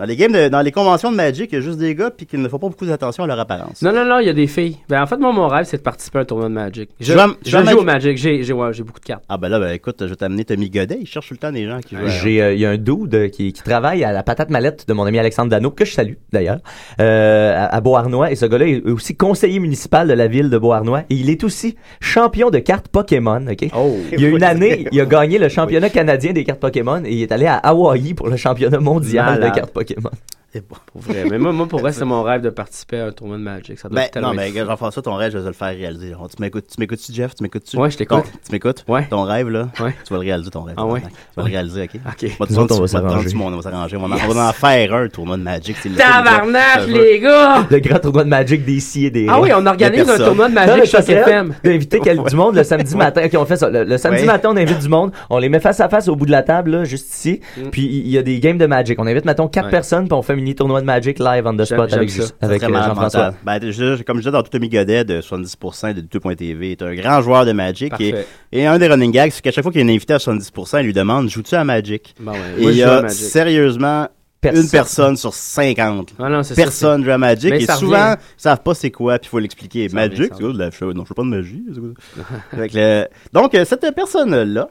Speaker 6: dans les games, de- dans les conventions de Magic, il y a juste des gars puis qu'il ne faut pas beaucoup d'attention à leur apparence.
Speaker 8: Non, non, non, il y a des filles. Ben, en fait, moi, mon rêve, c'est de participer à un tournoi de Magic. Je,
Speaker 6: Tu vas- tu
Speaker 8: je
Speaker 6: vas
Speaker 8: joue
Speaker 6: Magic?
Speaker 8: au Magic. J'ai j'ai- ouais, j'ai beaucoup de cartes.
Speaker 6: Ah ben là, ben, écoute, je vais t'amener Tommy Godet, il cherche tout le temps des gens qui jouent. à-
Speaker 7: J'ai, euh, il y a un dude euh, qui, qui travaille à la patate mallette de mon ami Alexandre Dano, que je salue d'ailleurs, euh, à, à Beauharnois. Et ce gars-là est aussi conseiller municipal de la ville de Beauharnois. Et il est aussi champion de cartes Pokémon. ok?
Speaker 8: Oh.
Speaker 7: Il y a une année, il a gagné le championnat canadien des cartes Pokémon et il est allé à Hawaï pour le championnat mondial
Speaker 8: Malade.
Speaker 7: de cartes Pokémon.
Speaker 6: C'est bon.
Speaker 8: Pour vrai. Mais moi, moi pour vrai, c'est mon rêve de participer à un tournoi de Magic. Ça doit
Speaker 6: Ben,
Speaker 8: être
Speaker 6: non,
Speaker 8: tellement
Speaker 6: mais
Speaker 8: être
Speaker 6: gars, Jean-François, ton rêve, je vais te le faire réaliser. On- Tu m'écoutes- tu m'écoutes-tu, Jeff? Tu m'écoutes-tu?
Speaker 8: Ouais, je t'écoute.
Speaker 6: Ton- Tu m'écoutes?
Speaker 8: Ouais.
Speaker 6: Ton rêve, là?
Speaker 8: Ouais.
Speaker 6: Tu vas le réaliser, ton rêve.
Speaker 8: Ah ouais?
Speaker 6: Tu vas le réaliser, OK?
Speaker 8: OK.
Speaker 6: Moi, tu
Speaker 7: Nous
Speaker 6: vas-
Speaker 7: autres, on va
Speaker 6: tu vas te rendre
Speaker 7: s'arranger.
Speaker 6: du monde, on va s'arranger. On, en- on va en faire un tournoi de Magic. c'est le-
Speaker 8: Tabarnak,
Speaker 6: c'est le-
Speaker 8: les gars!
Speaker 7: Le grand tournoi de Magic d'ici et des.
Speaker 8: Ah oui, on
Speaker 6: Y a
Speaker 8: organise un
Speaker 6: personne.
Speaker 8: tournoi de
Speaker 7: Non, mais
Speaker 8: Magic
Speaker 7: ça
Speaker 8: sur
Speaker 7: serait
Speaker 8: FM.
Speaker 7: hot d'inviter quel- du monde le samedi matin. Ok, on fait ça. Le, le samedi
Speaker 6: Ouais.
Speaker 7: matin, on invite du monde. On les met face à face au bout de la table, là, juste ici.
Speaker 8: Mm.
Speaker 7: Puis il y a des games de Magic. On invite, mettons, quatre
Speaker 8: Ouais.
Speaker 7: personnes, puis on fait un mini tournoi de Magic live on
Speaker 8: J'aime-
Speaker 7: the spot
Speaker 8: j'aime
Speaker 7: avec,
Speaker 8: ça.
Speaker 7: Juste-
Speaker 6: Ça
Speaker 7: avec
Speaker 6: serait
Speaker 7: euh,
Speaker 6: malade
Speaker 7: Jean-François.
Speaker 6: mental. Ben, je- je- comme je disais dans tout Tommy Godet de 70% et de 2.tv, est un grand joueur de Magic et,
Speaker 8: Parfait.
Speaker 6: et un des running gags, c'est qu'à chaque fois qu'il y a un invité à 70%, il lui demande, joues-tu à Magic?
Speaker 8: Bon, ouais,
Speaker 6: Et
Speaker 8: moi,
Speaker 6: il
Speaker 8: je
Speaker 6: y
Speaker 8: joue à
Speaker 6: a
Speaker 8: Magic.
Speaker 6: sérieusement une personne sur 50
Speaker 8: Ah non, c'est ça,
Speaker 6: personne joue à Magic
Speaker 8: Mais
Speaker 6: et
Speaker 8: ça
Speaker 6: souvent
Speaker 8: revient.
Speaker 6: ils savent pas c'est quoi puis faut l'expliquer
Speaker 8: Ça revient,
Speaker 6: Magic
Speaker 8: ça
Speaker 6: c'est quoi de la chose non je fais pas de magie c'est quoi ça? Fait que le- donc euh, cette personne là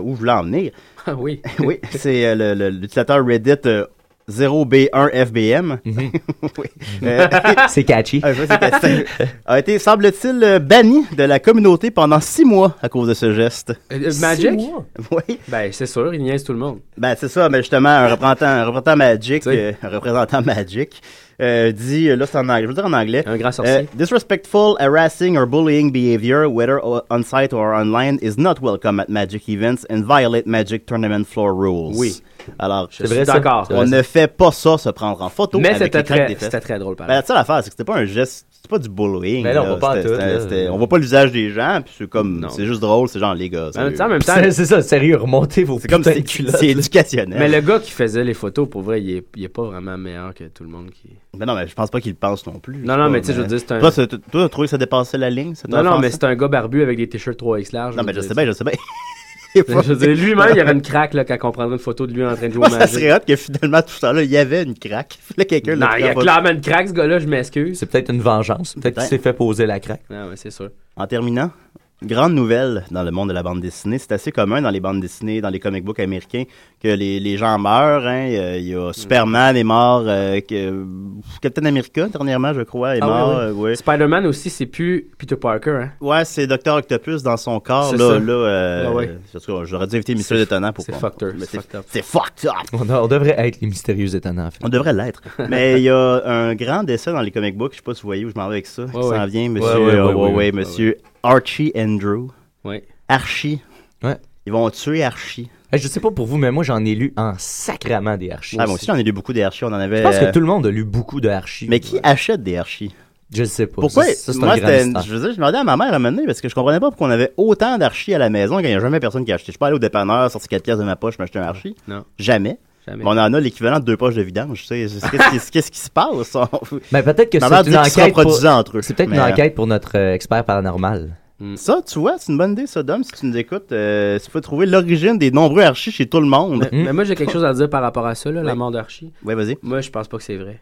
Speaker 6: où je voulais en venir
Speaker 8: c'est- Ah oui.
Speaker 6: oui c'est euh, le- le- l'utilisateur Reddit euh, 0B1FBM Oui. Euh,
Speaker 7: Mhm. C'est catchy.
Speaker 6: ah, je vois, c'est cassé. a été semble-t-il euh, banni de la communauté pendant six mois à cause de ce geste
Speaker 8: Euh, Magic?
Speaker 6: oui
Speaker 8: Ben, c'est sûr, il niaise tout le monde.
Speaker 6: Ben, c'est ça, mais justement, un représentant, un représentant Magic,
Speaker 8: Tu sais.
Speaker 6: euh, un représentant Magic, euh, dit, euh, là, c'est en anglais, je veux dire en anglais.
Speaker 8: Un grand sorcier.
Speaker 6: euh, disrespectful, harassing or bullying behavior, whether o- on-site or online, is not welcome at Magic events and violate Magic tournament floor rules.
Speaker 8: Oui.
Speaker 6: Alors,
Speaker 8: Je suis d'accord.
Speaker 6: on ne fait pas ça, se prendre en photo.
Speaker 8: Mais
Speaker 6: avec
Speaker 8: c'était
Speaker 6: les craques
Speaker 8: très,
Speaker 6: des fesses.
Speaker 8: c'était très drôle,
Speaker 6: Ben,
Speaker 8: pareil.
Speaker 6: la seule affaire, c'est que c'était pas un geste, c'était pas du bullying.
Speaker 7: Mais Ben non,
Speaker 6: là.
Speaker 7: pas pas en
Speaker 6: C'était-
Speaker 7: tout,
Speaker 6: c'était-
Speaker 7: là.
Speaker 6: c'était- On voit pas l'usage des gens, puis c'est comme,
Speaker 8: Non.
Speaker 6: c'est juste drôle, c'est genre, les gars.
Speaker 8: Ben, tu sais, en
Speaker 6: sérieux.
Speaker 8: même temps,
Speaker 7: C'est c'est ça, sérieux, remontez vos
Speaker 6: c'est comme,
Speaker 7: putains de
Speaker 6: c'est
Speaker 7: culottes.
Speaker 6: c'est éducationnel.
Speaker 8: mais le gars qui faisait les photos, pour vrai, il est, il est pas vraiment meilleur que tout le monde qui.
Speaker 6: Ben non, mais je pense pas qu'il le pense non plus.
Speaker 8: Non, non, mais tu sais, je veux dire, c'est un-
Speaker 6: Toi, c'est- toi, t'as trouvé que ça dépassait la ligne? ça t'a
Speaker 8: Non, non,
Speaker 6: offensé?
Speaker 8: mais c'est un gars barbu avec des t-shirts 3X large.
Speaker 6: Non, mais je sais bien, je sais bien. sais
Speaker 8: Je
Speaker 6: pas.
Speaker 8: veux dire, lui-même, il y aurait une craque là, quand on prendrait une photo de lui en train de jouer
Speaker 6: Moi,
Speaker 8: au
Speaker 6: ça
Speaker 8: Magic.
Speaker 6: serait hot que finalement, tout ça, là, il y avait une craque. Il fallait que quelqu'un
Speaker 8: Non,
Speaker 6: le
Speaker 8: il y a
Speaker 6: prenne en
Speaker 8: clairement une craque, ce gars-là, je m'excuse.
Speaker 7: C'est peut-être une vengeance. Peut-être qu'il s'est fait poser la craque.
Speaker 8: Non, mais c'est sûr.
Speaker 6: En terminant, grande nouvelle dans le monde de la bande dessinée. C'est assez commun dans les bandes dessinées, dans les comic books américains, que les, les gens meurent. hein. Euh, Il y
Speaker 8: Mm.
Speaker 6: a Superman est mort, euh, que- Captain America, dernièrement, je crois, est
Speaker 8: Ah,
Speaker 6: mort.
Speaker 8: ouais,
Speaker 6: euh, ouais.
Speaker 8: Spider-Man aussi, c'est plus Peter Parker, hein.
Speaker 6: Ouais, c'est Docteur Octopus dans son corps.
Speaker 8: C'est
Speaker 6: Là,
Speaker 8: ça.
Speaker 6: là, euh,
Speaker 8: Ouais, ouais.
Speaker 6: en tout cas, J'aurais dû inviter Mr.
Speaker 8: C'est-
Speaker 6: Détonnant pour
Speaker 8: c'est
Speaker 6: qu'on-
Speaker 8: fucked up,
Speaker 6: mais
Speaker 8: c'est
Speaker 6: C'est
Speaker 8: fucked up.
Speaker 6: c'est fucked up.
Speaker 7: On, on devrait être les mystérieux étonnants, en fait.
Speaker 6: On devrait l'être. Mais il y a un grand dessin dans les comic books, je sais pas si vous voyez où je m'en vais avec ça, qui
Speaker 8: Ouais,
Speaker 6: s'en
Speaker 8: ouais.
Speaker 6: vient, monsieur,
Speaker 7: Ouais, ouais, ouais,
Speaker 6: euh, ouais,
Speaker 7: ouais,
Speaker 6: ouais,
Speaker 7: ouais.
Speaker 6: monsieur Archie Andrew.
Speaker 8: Ouais.
Speaker 6: Archie.
Speaker 7: Ouais.
Speaker 6: Ils vont tuer Archie.
Speaker 7: Eh, je sais pas pour vous, mais moi, j'en ai lu en sacrament des archives.
Speaker 6: Ah, moi aussi, j'en ai lu beaucoup des Archie. On en avait.
Speaker 7: Je pense
Speaker 6: euh,
Speaker 7: que tout le monde a lu beaucoup de archives.
Speaker 6: Mais qui achète des Archie
Speaker 7: Je le sais pas.
Speaker 6: Pourquoi
Speaker 7: Ça, ça, c'est
Speaker 6: Moi,
Speaker 7: un grand
Speaker 6: c'était.
Speaker 7: mystère.
Speaker 6: Je veux dire, je demandais à ma mère à un moment donné parce que je comprenais pas pourquoi on avait autant d'Archie à la maison quand il n'y a jamais personne qui a acheté. Je suis pas allé au dépanneur, sorti 4 pièces de ma poche, m'acheter un Archie.
Speaker 8: Non. Jamais.
Speaker 6: Jamais.
Speaker 7: Ah,
Speaker 6: Mais on en a l'équivalent de deux poches de vidange. tu sais. C'est- Qu'est-ce qui- qu'est-ce qui se passe On-
Speaker 7: Mais Ben, peut-être que
Speaker 6: Ma mère
Speaker 7: c'est
Speaker 6: dit
Speaker 7: une
Speaker 6: qu'ils se
Speaker 7: enquête. pour-
Speaker 6: reproduisaient entre eux.
Speaker 7: C'est peut-être
Speaker 6: Mais,
Speaker 7: une
Speaker 6: euh,
Speaker 7: enquête pour notre euh, expert paranormal.
Speaker 8: Hmm.
Speaker 6: Ça, tu vois, c'est une bonne idée, ça, Dom, si tu nous écoutes. Euh, tu peux trouver l'origine des nombreux archis chez tout le monde.
Speaker 7: Hmm.
Speaker 8: Mais moi, j'ai quelque chose à dire par rapport à ça, là, la
Speaker 6: Oui.
Speaker 8: mort d'Archie.
Speaker 6: Ouais, vas-y.
Speaker 8: Moi, je pense pas que c'est vrai.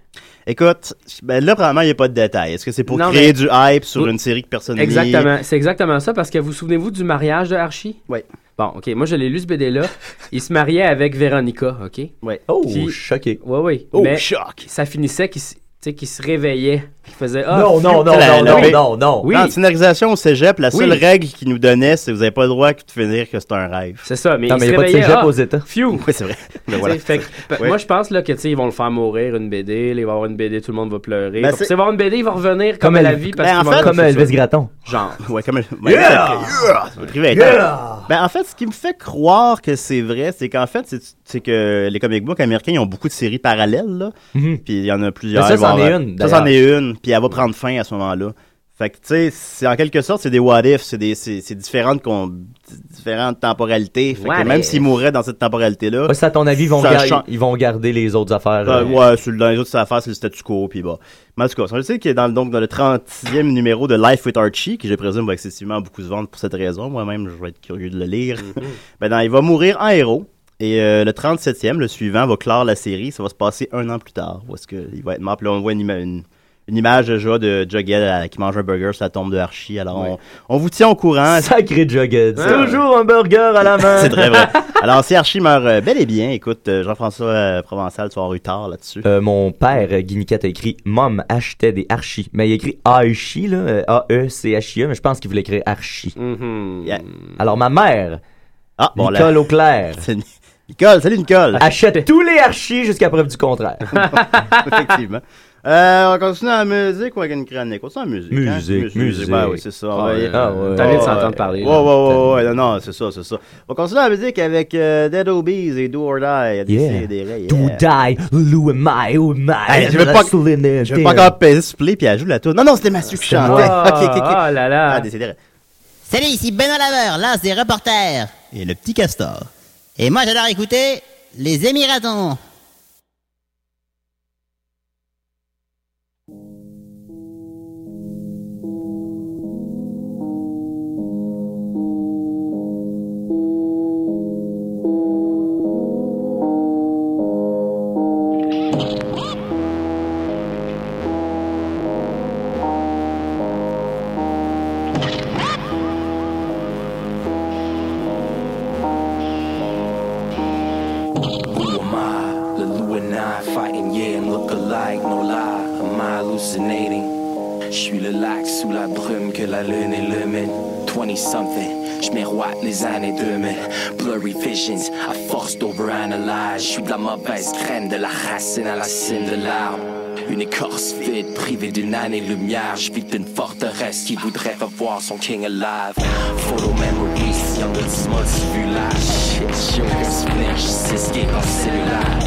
Speaker 6: Écoute, ben là, probablement, il n'y a pas de détails. Est-ce que c'est pour
Speaker 8: Non,
Speaker 6: créer
Speaker 8: mais-
Speaker 6: du hype sur
Speaker 8: Oui.
Speaker 6: une série que personne lit?
Speaker 8: Exactement. C'est exactement ça parce que vous vous souvenez-vous du mariage de Archie?
Speaker 6: Oui.
Speaker 8: Bon, OK. Moi, je l'ai lu ce BD-là. Il se mariait avec Véronica, OK? Oui,
Speaker 6: Ouais.
Speaker 7: Oh,
Speaker 8: Puis-
Speaker 7: choqué.
Speaker 8: oui.
Speaker 6: Oh,
Speaker 8: Mais
Speaker 6: choc!
Speaker 8: ça finissait qu'il se, tu sais, qu'il se réveillait. qu'il faisait Ah,
Speaker 7: non,
Speaker 8: phew.
Speaker 7: non, non,
Speaker 6: la-
Speaker 7: non,
Speaker 6: la-
Speaker 7: non, non, non.
Speaker 8: Oui.
Speaker 6: Dans la scénarisation au cégep, la seule
Speaker 8: Oui.
Speaker 6: règle qu'ils nous donnaient, c'est que vous n'avez pas le droit de finir que c'est un rêve.
Speaker 8: C'est ça. Mais
Speaker 7: Non,
Speaker 8: il
Speaker 7: mais
Speaker 8: se
Speaker 7: Ben, il n'y a pas de
Speaker 8: réveillait.
Speaker 7: cégep
Speaker 8: Ah,
Speaker 7: aux États.
Speaker 8: phew.
Speaker 6: Oui, c'est vrai. Mais voilà.
Speaker 8: Tu sais, fait que,
Speaker 6: Ouais.
Speaker 8: Moi, je pense là, que tu sais, ils vont le faire mourir, une BD. là, il va avoir une BD, tout le monde va pleurer.
Speaker 6: Ben,
Speaker 8: Puis,
Speaker 6: c'est-
Speaker 8: il va avoir une BD, il va revenir comme,
Speaker 7: Comme
Speaker 8: à la
Speaker 7: elle-
Speaker 8: vie. Parce
Speaker 6: Ben,
Speaker 8: qu'il
Speaker 6: en
Speaker 8: va
Speaker 6: fait,
Speaker 8: avoir-
Speaker 7: Comme Elvis Gratton.
Speaker 8: Genre.
Speaker 6: Ouais, comme... Ouais, yeah! Le privé est Ben, en fait, ce qui me fait croire que c'est vrai, c'est qu'en fait, c'est- c'est que les comic books américains, ils ont beaucoup de séries parallèles, là.
Speaker 7: Mhm.
Speaker 6: Puis il y en a plusieurs.
Speaker 7: Mais ça,
Speaker 6: ils vont
Speaker 7: c'en est
Speaker 6: avoir-
Speaker 7: une,
Speaker 6: Ça, c'en est une. Puis elle va prendre fin à ce moment-là. Fait que, tu sais, c'est- en quelque sorte, c'est des what-ifs. C'est des- c'est c'est différentes, con- différentes temporalités. Fait que
Speaker 8: What
Speaker 6: même
Speaker 8: if?
Speaker 6: s'ils mouraient dans cette temporalité-là,
Speaker 7: Ouais, ça, à ton avis, ils vont,
Speaker 6: Ça
Speaker 7: gar-
Speaker 6: change.
Speaker 7: ils vont garder les autres affaires.
Speaker 6: ben,
Speaker 7: euh,
Speaker 6: ouais, sur le- dans les autres affaires, c'est le statu quo. Puis bah. Mais en tout cas, je sais que dans, le- donc, dans le 30e numéro de Life with Archie, qui je présume va excessivement beaucoup se vendre pour cette raison, moi-même, je vais être curieux de le lire.
Speaker 7: Mm-hmm.
Speaker 6: ben, dans- il va mourir en héros. Et euh, le 37e, le suivant, va clore la série. Ça va se passer un an plus tard. Parce que il va être mort. Puis là, on voit une, ima- une- une image déjà de Jughead euh, qui mange un burger sur la tombe de Archie. Alors, on- on, vous tient au courant.
Speaker 7: Sacré Jughead.
Speaker 8: Ouais.
Speaker 7: Toujours un burger à la main.
Speaker 6: C'est très vrai. Alors, si Archie meurt euh, bel et bien, écoute, euh, Jean-François euh, Provençal, tu vas avoir eu tard là-dessus.
Speaker 7: Euh, mon père, euh, Guiniquette, a écrit Mom achetait des archis. Mais il a écrit Aichi, là, euh, A-E-C-H-I-E, mais je pense qu'il voulait écrire archi.
Speaker 8: Mhm.
Speaker 6: Yeah.
Speaker 7: Alors ma mère,
Speaker 6: Mm-hmm. Ah, bon, là-
Speaker 7: Nicole Auclair,
Speaker 6: C'est- Nicole, salut Nicole!
Speaker 7: achète tous les archis jusqu'à preuve du contraire.
Speaker 6: Effectivement. Euh, on continue en musique ou avec une chronique? On continue en musique. hein?
Speaker 7: Musique, musique.
Speaker 6: Ben oui, c'est ça. On
Speaker 8: Ah,
Speaker 6: va y-
Speaker 8: ouais.
Speaker 7: Ah, ouais.
Speaker 8: T'as envie de
Speaker 6: Ouais,
Speaker 8: s'entendre
Speaker 6: ouais.
Speaker 8: parler.
Speaker 6: Ouais,
Speaker 8: là.
Speaker 6: ouais, ouais, ouais. Non, non, c'est ça, c'est ça. On continue en musique avec euh, Dead Obies et Do or Die. à des-
Speaker 7: Yeah.
Speaker 6: des rails,
Speaker 7: Do
Speaker 6: yeah.
Speaker 7: die, Lou and my, oh my.
Speaker 6: Hey, je veux pas- Je vais pas encore peser sur play puis elle joue la tour. Non, non, c'était Mathieu qui
Speaker 8: Ah,
Speaker 6: chantait. Ok, ok, ok.
Speaker 8: ah là
Speaker 6: Ah,
Speaker 8: là.
Speaker 6: décidérez.
Speaker 9: Salut, ici Benoît Laveur, l'as des reporters. Et le petit castor. Et moi, j'adore écouter les Émiratons.
Speaker 10: Who am I? The Lou and I fighting, yeah, and look alike, no lie. Am I hallucinating? Je suis le lac sous la brume que la lune illumine. 20 something, je miroite les années 2000. Blurry visions, à force d'overanalyze. Je suis de la mauvaise graine, de la racine à la cime de l'arbre. Une écorce vide, privée d'une année-lumière. Je vis d'une forteresse qui voudrait revoir son king alive. Photo memories, young multivulaire. Shit, j'ai aucun souvenir, je sais ce qui est en cellulaire.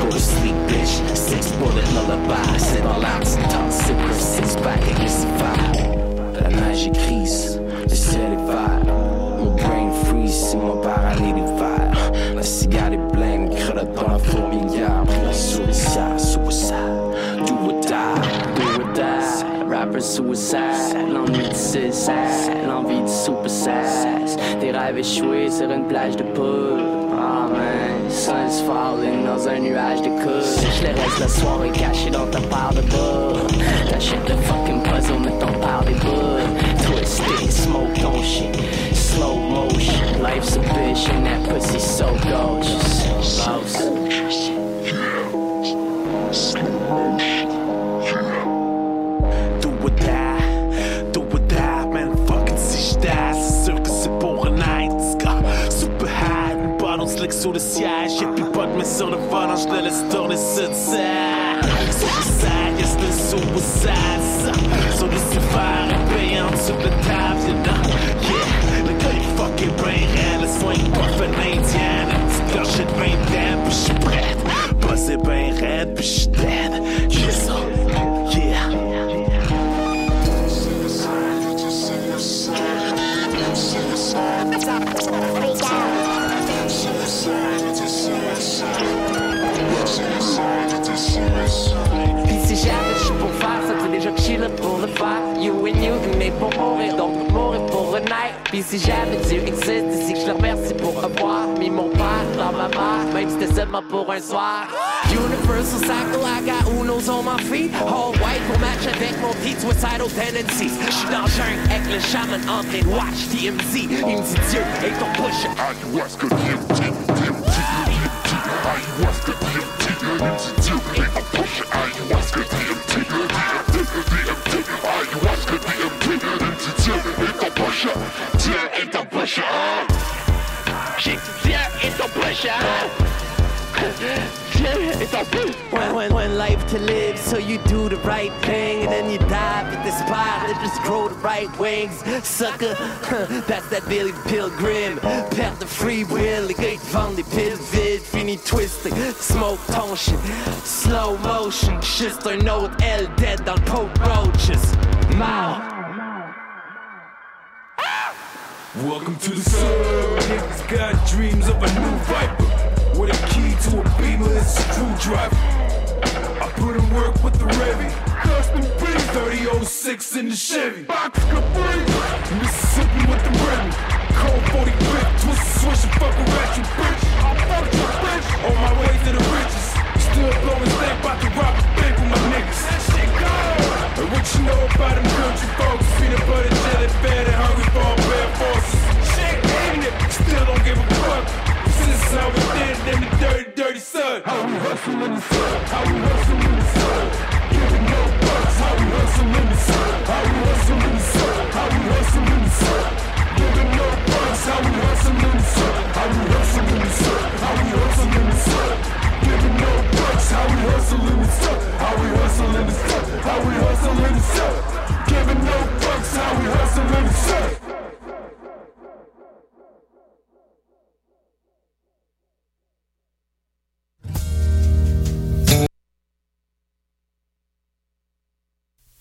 Speaker 10: Go to sleep, bitch. Six bullet lullaby. C'est dans l'air, c'est top zipper, six pack et it's a vibe. La neige est grise, le ciel est vague. Mon brain freeze, c'est mon paralysie d'hiver. La cigare est blême, crelotte dans la fourmilière. Pris la souricière, suicide. Do or die, do or die. Rapper suicide, l'ennui de suicide, l'envie de super size. Des rêves échoués sur une plage de poule. Ah man, since falling dans un nuage de couches. Je les reste la soirée cachée dans ta part de bas. T'achètes le fucking puzzle, mais t'en par des bouts. Twisted, smoke ton shit. Slow motion, life's a bitch, and that pussy so gorgeous. Boss.
Speaker 1: Do or die, do or die, man. Fuck it, si je die, c'est sûr que c'est pour un night sky. Super high, une bottle slick sur le siège. Y'a plus pas de main sur le volant, je le laisse tourner sur le side. Suicide, yes, le suicide, ça. Sur le super épais en dessous de la table, you know. Yeah, le gars est fucking brain raide, le soin puff un indien. La petite cloche de 20 ans, pis j'suis prête. Bosser ben raide, pis j'suis dead. Yeah, ça, yeah.
Speaker 10: Pis si j'avais, je suis pour faire ça, t'es déjà chill pour le faire. You and you, t'es né pour mourir, donc mourir pour une night. Pis si jamais Dieu existe, ici que je le remercie pour avoir mis mon père dans ma mère, même si c'était seulement pour un soir. Universal cycle, I got unos on my feet. All white pour match avec mon suicidal tendencies. J'suis dans le jungle avec le shaman en train de watch TMZ. Il me dit Dieu et ton push. Ayahuasca, When, when, when life to live, so you do the right thing, and then you die with the spot that just grow the right wings. Sucker, that's that Billy Pilgrim. Perdre the free will, les gars ils te vendent des piles vides, fini twisting, smoke ton shit. Slow motion, juste un autre L dead dans le Pope Roaches. Mort.
Speaker 11: Welcome to the sun. Niggas got dreams of a new viper. With a key to a beamer and a screwdriver. I put in work with the Revy. Custom beat 3006 in the Chevy. Box Capri. Mississippi with the Remy. Cold 40 grip. Twist and switch and fuck around you, bitch. I fuck your bitch. On my way to the riches. Still blowing stack, bout to rob the bank with my niggas. That shit go. And what you know about them country folks? Peanut butter, jelly, fed and hungry for all bad forces. Shit, ain't it? Still don't give a fuck. Since I was dead, then the dirty, dirty son. How we hustle in the sun. How we hustle in the sun. Giving no fucks. How we hustle in the sun. How we hustle in the sun. How we hustle in the sun. Giving no fucks. How we hustle in the sun. How we hustle in the sun. How we hustle in the sun. Giving no fucks. How we hustle in the sun. How we hustle in the sun. How we hustle in the sun. Giving no fucks. How we hustle in the sun.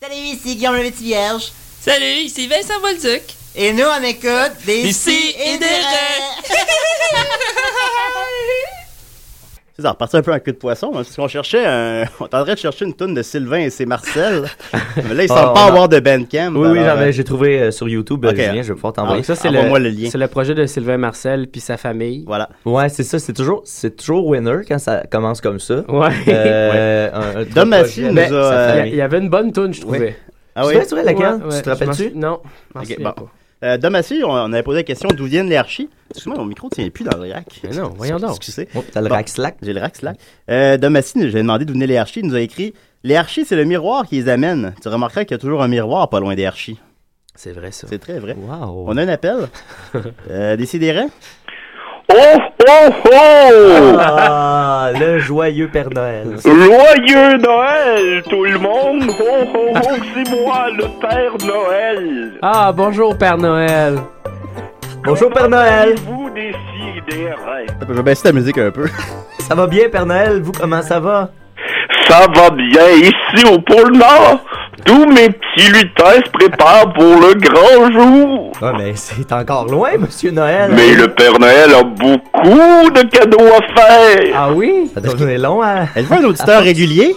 Speaker 12: Salut, ici Guillaume le Vierge. Salut, ici Vincent Bolduc.
Speaker 9: Et nous, on écoute des
Speaker 12: Ici
Speaker 9: si
Speaker 12: et des
Speaker 6: C'est ça, reparti un peu en queue de poisson, hein, parce qu'on cherchait un... On tenterait de chercher une toune de Sylvain et c'est Marcel. mais là, ils semblent
Speaker 7: Ah, on
Speaker 6: pas
Speaker 7: a-
Speaker 6: avoir de bandcamp.
Speaker 7: Oui, oui,
Speaker 6: alors,
Speaker 7: non, mais
Speaker 6: euh, Ah
Speaker 7: j'ai trouvé euh, sur YouTube, euh, Julien, je vais pouvoir t'envoyer.
Speaker 8: Ah, Ça, c'est le, C'est le projet de Sylvain Marcel puis sa famille.
Speaker 6: Voilà.
Speaker 7: Ouais, c'est ça, c'est toujours, c'est toujours winner quand ça commence comme ça.
Speaker 8: Ouais.
Speaker 7: Euh, un- un
Speaker 8: Dom
Speaker 7: truc
Speaker 8: Massy
Speaker 7: projet
Speaker 8: nous
Speaker 7: avec
Speaker 8: a,
Speaker 7: sa
Speaker 8: euh,
Speaker 7: famille.
Speaker 8: il y avait une bonne toune, je trouvais.
Speaker 6: Ah
Speaker 7: Tu
Speaker 6: oui?
Speaker 7: te souviens laquelle?
Speaker 8: Ouais, ouais,
Speaker 7: tu te
Speaker 8: je m'en
Speaker 7: rappelles-tu?
Speaker 8: sou- Non. m'en
Speaker 6: Ok,
Speaker 8: souviens
Speaker 6: bon. Euh, Domassi, on, on avait posé la question d'où viennent les archis. Excuse-moi, mon micro tient plus dans le rack.
Speaker 8: Mais non, voyons donc.
Speaker 6: Excusez.
Speaker 7: Oh, t'as le rack slack.
Speaker 6: J'ai le rack slack. Euh, Domassi, j'ai demandé d'où venaient les archis. Il nous a écrit Les archis, c'est le miroir qui les amène. Tu remarqueras qu'il y a toujours un miroir pas loin des archis.
Speaker 8: C'est vrai, ça.
Speaker 6: C'est très vrai.
Speaker 7: Wow.
Speaker 6: On a un appel. euh, Décidérez.
Speaker 13: Oh, oh, oh!
Speaker 7: Ah, le joyeux Père Noël.
Speaker 13: Joyeux Noël, tout le monde! Oh, oh, oh, c'est moi, le Père Noël!
Speaker 8: Ah, bonjour, Père Noël.
Speaker 7: Bonjour, Père Noël.
Speaker 13: Vous décidez,
Speaker 6: Je vais baisser ta musique un peu.
Speaker 7: Ça va bien, Père Noël? Vous, comment ça va?
Speaker 13: Ça va bien ici au pôle Nord! Tous mes petits lutins se préparent pour le grand jour!
Speaker 7: Ah, mais c'est encore loin, Monsieur Noël.
Speaker 13: Mais le Père Noël a beaucoup de cadeaux à faire!
Speaker 8: Ah oui?
Speaker 7: Ça doit donner long hein. à...
Speaker 6: Elle veut un auditeur régulier?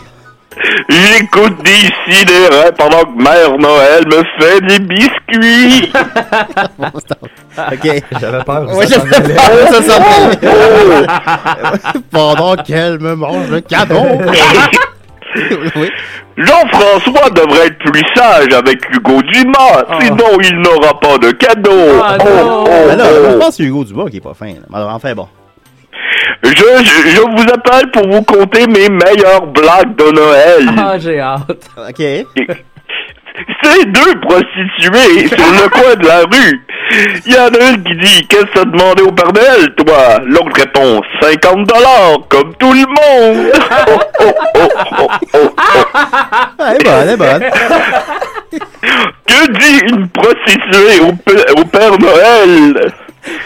Speaker 13: J'écoute des sidérés pendant que Mère Noël me fait des biscuits.
Speaker 6: ok.
Speaker 7: J'avais peur.
Speaker 6: Ouais, j'avais peur, ça s'en Pendant qu'elle me mange le canon.
Speaker 13: Jean-François devrait être plus sage avec Hugo Dumas, sinon il n'aura pas de cadeau.
Speaker 8: Ah,
Speaker 13: Oh, oh,
Speaker 6: Ben là,
Speaker 13: oh.
Speaker 6: je pense que c'est Hugo Dubois qui est pas fin. là. Alors, Enfin, bon.
Speaker 13: Je, je, je vous appelle pour vous conter mes meilleures blagues de Noël.
Speaker 8: Ah, j'ai hâte.
Speaker 6: OK.
Speaker 13: C'est deux prostituées sur le coin de la rue. Il y en a une qui dit Qu'est-ce que t'as demandé au Père Noël, toi L'autre répond 50 dollars, comme tout le monde. Oh, oh, oh, oh, oh, oh.
Speaker 6: Ah, Elle est bonne, elle est bonne.
Speaker 13: Que dit une prostituée au, P- au Père Noël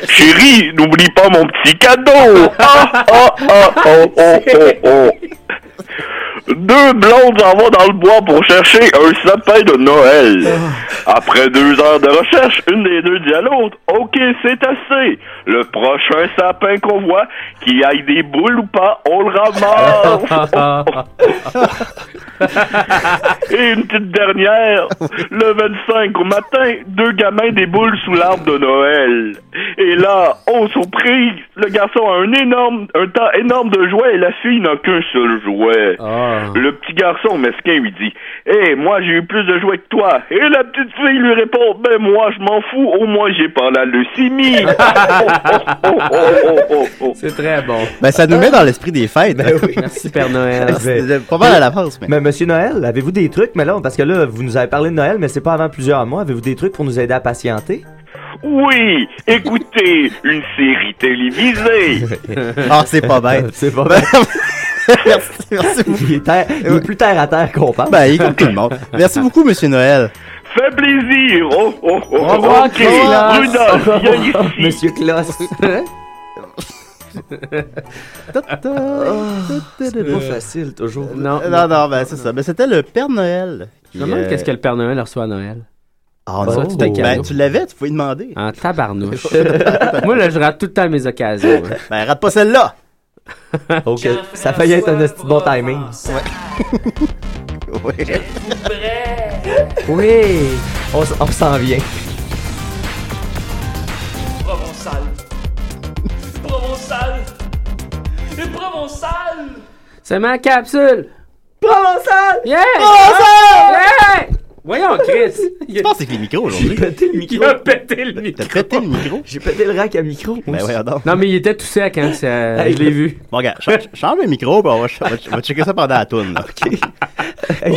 Speaker 13: Chérie, n'oublie pas mon petit cadeau. Ah, ah, ah, oh, oh, oh, oh. Deux blondes s'en vont dans le bois pour chercher un sapin de Noël. Après deux heures de recherche, une des deux dit à l'autre, OK, c'est assez. Le prochain sapin qu'on voit, qu'il aille des boules ou pas, on le
Speaker 8: Ah,
Speaker 13: ramasse. Et une petite dernière. Le 25 au matin, deux gamins déboulent sous l'arbre de Noël. Et là, oh surprise, le garçon a un énorme, un tas énorme de jouets et la fille n'a qu'un seul jouet.
Speaker 8: Ah.
Speaker 13: Le petit garçon mesquin lui dit, hé, moi j'ai eu plus de jouets que toi. Et la petite fille lui répond, ben moi je m'en fous, au moins j'ai pas la leucémie. Oh,
Speaker 8: C'est très bon.
Speaker 6: Ben, ça nous met dans l'esprit des fêtes.
Speaker 8: Merci, Père Noël.
Speaker 6: C'est pas mal à l'avance, mais.
Speaker 7: Ben Mais Monsieur Noël, avez-vous des trucs, mais là, parce que là, vous nous avez parlé de Noël, mais c'est pas avant plusieurs mois. Avez-vous des trucs pour nous aider à patienter?
Speaker 13: Oui, écoutez, une série télévisée.
Speaker 6: Ah, c'est pas bête.
Speaker 7: c'est pas bête. merci, merci beaucoup. Il est, terre- il est plus terre à terre qu'on parle.
Speaker 6: Ben, écoute tout le monde. Merci beaucoup, Monsieur Noël.
Speaker 13: Fais plaisir. Oh, oh, oh.
Speaker 7: Au revoir,
Speaker 13: ok,
Speaker 7: Klaus.
Speaker 13: Rudolph, viens ici.
Speaker 7: Monsieur Klaus.
Speaker 6: Ah, c'est
Speaker 7: pas facile, toujours.
Speaker 8: Euh, Non,
Speaker 6: Euh, Non, non, ben, c'est ça. Ben, c'était le Père Noël.
Speaker 8: Je me demande
Speaker 6: Euh,
Speaker 8: qu'est-ce que le Père Noël reçoit à Noël.
Speaker 6: Ah,
Speaker 8: Ça,
Speaker 6: non.
Speaker 8: tout un
Speaker 6: Ben,
Speaker 8: cadeau.
Speaker 6: tu l'avais, tu pouvais demander.
Speaker 8: En tabarnouche. Moi, là, je rate tout le temps mes occasions. hein.
Speaker 6: Ben, rate pas celle-là.
Speaker 7: Ok, ça faillit être un esti de bon timing.
Speaker 6: Ouais.
Speaker 7: Oui, on, s- on s'en vient.
Speaker 5: Provençal. Provençal. Et Provençal.
Speaker 8: C'est ma capsule.
Speaker 7: Provençal!
Speaker 8: Yeah!
Speaker 5: Provençal!
Speaker 8: Yeah! Voyons, Chris. Il
Speaker 6: Je pense que c'est que les micros
Speaker 7: J'ai
Speaker 6: aujourd'hui.
Speaker 7: pété le micro.
Speaker 8: a pété le micro.
Speaker 6: T'as pété le micro?
Speaker 7: J'ai pété le rack à micro.
Speaker 6: Ben, ouais, donc.
Speaker 8: Non, mais il était tout sec quand ça... je l'ai vu.
Speaker 6: Bon, regarde, ch- ch- change le micro, puis on va, ch- on va ch- on va checker ça pendant la toune. là.
Speaker 7: Hey,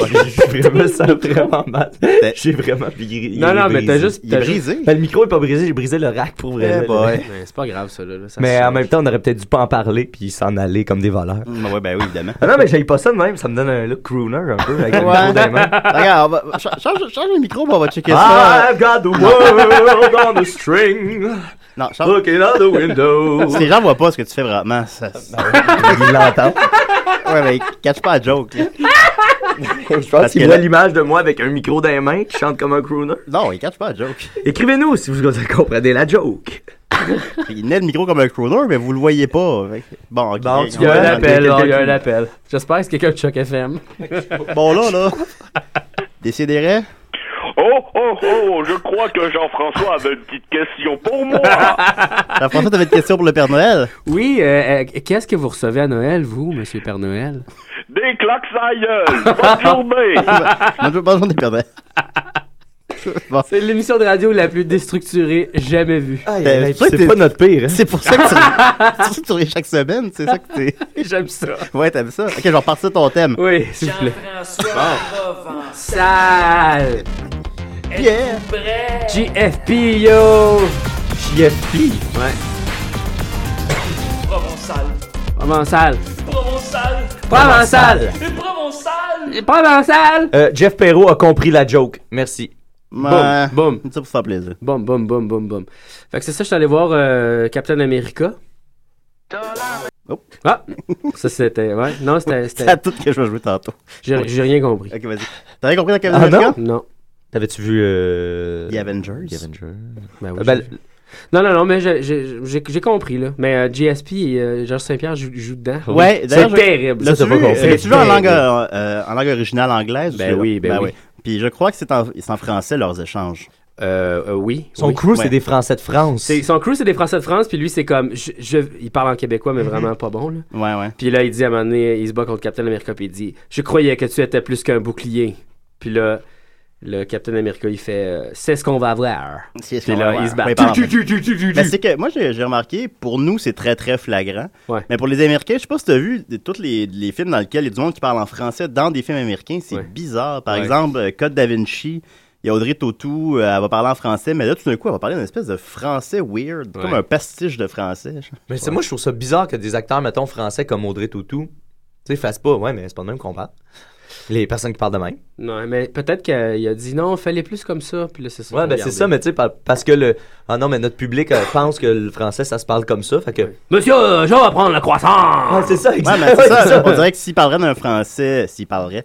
Speaker 7: j'ai vraiment ça vraiment mal. J'ai vraiment pigri.
Speaker 8: Non, non, mais t'as juste.
Speaker 6: Il
Speaker 8: t'as
Speaker 6: est
Speaker 8: juste-
Speaker 6: brisé.
Speaker 7: Ben, le micro est pas brisé, j'ai brisé le rack pour vrai.
Speaker 6: Eh boy.
Speaker 8: Mais C'est pas grave, ça, là. là, ça
Speaker 7: Mais
Speaker 8: se-
Speaker 7: en même temps, on aurait peut-être dû pas en parler puis s'en aller comme des voleurs.
Speaker 6: Ben, ouais, ben oui, évidemment.
Speaker 7: Ah non, mais j'aille pas ça de même, ça me donne un look crooner un peu avec le micro dans les mains. Ah,
Speaker 6: Regarde, on va- ch- change, change le micro, puis on va checker ça.
Speaker 7: I've got the world on the string,
Speaker 6: Non, change.
Speaker 7: looking out the window. Ben
Speaker 6: Si les gens voient pas ce que tu fais vraiment, ça.
Speaker 7: Ils l'entendent.
Speaker 6: Ouais, mais catch pas la joke, là.
Speaker 7: Je
Speaker 6: Parce
Speaker 7: pense qu'il
Speaker 6: que
Speaker 7: voit
Speaker 6: là-
Speaker 7: l'image de moi avec un micro dans les mains qui chante comme un crooner.
Speaker 6: Non, il catch pas la joke.
Speaker 7: Écrivez-nous si vous comprenez la joke.
Speaker 6: Il naît le micro comme un crooner, mais vous le voyez pas. Fait que- Bon, ok.
Speaker 7: Bon, tu
Speaker 8: Il y a
Speaker 7: Ouais,
Speaker 8: un appel,
Speaker 7: quelqu'un
Speaker 8: il y a
Speaker 7: qui-
Speaker 8: un
Speaker 6: Ben,
Speaker 8: appel. J'espère que c'est quelqu'un de Choc FM.
Speaker 6: Bon, là, là. Décidérez.
Speaker 13: Oh, oh, oh, je crois que Jean-François avait une petite question pour moi.
Speaker 6: La François, t'avais une question pour le Père Noël?
Speaker 8: Oui, euh, euh, qu'est-ce que vous recevez à Noël, vous, Monsieur Père Noël?
Speaker 13: Des claques à la gueule. Bonne journée.
Speaker 6: Bonjour, bonjour, Père Noël. Bon.
Speaker 8: C'est l'émission de radio la plus déstructurée jamais vue.
Speaker 7: Aïe,
Speaker 6: Ben,
Speaker 7: aïe,
Speaker 6: c'est vrai que
Speaker 7: c'est pas
Speaker 6: t'es-
Speaker 7: notre pire. hein.
Speaker 6: C'est pour ça que tu c'est pour ça que tu ris chaque semaine, c'est ça que t'es.
Speaker 8: J'aime ça.
Speaker 6: Ouais, t'aimes ça. Ok, je vais repartir ton thème.
Speaker 8: Oui, s'il vous plaît.
Speaker 6: Yeah!
Speaker 8: JFP, yo!
Speaker 7: JFP.
Speaker 8: Ouais.
Speaker 5: Provençal.
Speaker 8: Provençal.
Speaker 5: Provençal.
Speaker 8: Provençal.
Speaker 5: Et Provençal.
Speaker 8: Provençal.
Speaker 7: Euh, Jeff Perrault a compris la joke. Merci.
Speaker 6: Ouais.
Speaker 8: Boum.
Speaker 6: C'est ça pour faire plaisir.
Speaker 8: Boum, boum, boum, boum, boum. Fait que c'est ça, je suis allé voir euh, Captain America.
Speaker 6: Oh.
Speaker 8: Ah! Ça, c'était. Ouais. Non, c'était.
Speaker 6: C'est à
Speaker 8: c'était-
Speaker 6: tout que je vais jouer tantôt.
Speaker 8: J'ai j'ai rien compris.
Speaker 6: Ok, vas-y. T'avais compris la
Speaker 7: Ah,
Speaker 6: Captain America?
Speaker 8: Non.
Speaker 7: T'avais-tu vu euh...
Speaker 6: The Avengers.
Speaker 7: The Avengers?
Speaker 8: Ben oui,
Speaker 7: Euh, ben,
Speaker 8: j'ai- Non, non, non, mais je- je- j'ai j'ai compris, là. Mais euh, GSP et euh, Georges Saint-Pierre jouent jouent dedans.
Speaker 6: Ouais,
Speaker 8: c'est
Speaker 6: d'ailleurs, je-
Speaker 8: terrible.
Speaker 6: L'as-tu
Speaker 8: ça, t'as
Speaker 6: vu-
Speaker 8: pas compris.
Speaker 6: euh, L'as-tu vu en
Speaker 8: C'est
Speaker 6: langue,
Speaker 8: terrible.
Speaker 6: euh, euh, en langue originale anglaise? ou
Speaker 8: Ben
Speaker 6: celui-là?
Speaker 8: oui, ben oui.
Speaker 6: Puis je crois que c'est en, c'est en français, leurs échanges.
Speaker 8: Euh, oui.
Speaker 7: Son crew, c'est des Français de France.
Speaker 8: C'est- Son crew, c'est des Français de France, puis lui, c'est comme. je- je- il parle en québécois, mais vraiment pas bon, là.
Speaker 6: Ouais, ouais.
Speaker 8: Puis là, il dit à un moment donné, il se bat contre Captain America, puis il dit Je croyais que tu étais plus qu'un bouclier. Puis là, le Captain America, il fait euh, C'est ce qu'on va avoir.
Speaker 6: C'est ce
Speaker 8: Puis
Speaker 6: qu'on
Speaker 8: là,
Speaker 6: va
Speaker 8: il
Speaker 6: voir.
Speaker 8: se bat.
Speaker 6: Oui, pardon. Mais c'est que moi, j'ai j'ai remarqué, pour nous, c'est très, très flagrant. Mais pour les Américains, je sais pas si tu as vu de- tous les, les films dans lesquels il y a du monde qui parle en français dans des films américains. C'est bizarre. Par
Speaker 8: Ouais.
Speaker 6: exemple, euh, Code da Vinci, il y a Audrey Tautou, euh, elle va parler en français, mais là, tout d'un coup, elle va parler d'une espèce de français weird, comme
Speaker 7: Ouais.
Speaker 6: un pastiche de français.
Speaker 7: Mais c'est moi, je trouve ça bizarre que des acteurs, mettons, français comme Audrey Tautou, tu sais, fassent pas. Ouais, mais c'est pas de même qu'on parle. Les personnes qui parlent de même.
Speaker 8: Non, mais peut-être qu'il a dit Non, fallait plus comme ça, puis là, c'est ça.
Speaker 7: Ouais, ben c'est ça, mais tu sais, par- parce que le. Ah non, mais notre public euh, pense que le français, ça se parle comme ça, fait que. euh,
Speaker 8: Monsieur, je vais prendre la croissance
Speaker 7: Ouais, c'est ça,
Speaker 6: Ouais,
Speaker 7: exactement.
Speaker 6: mais c'est ça. On dirait que s'il parlerait d'un français, s'il parlerait.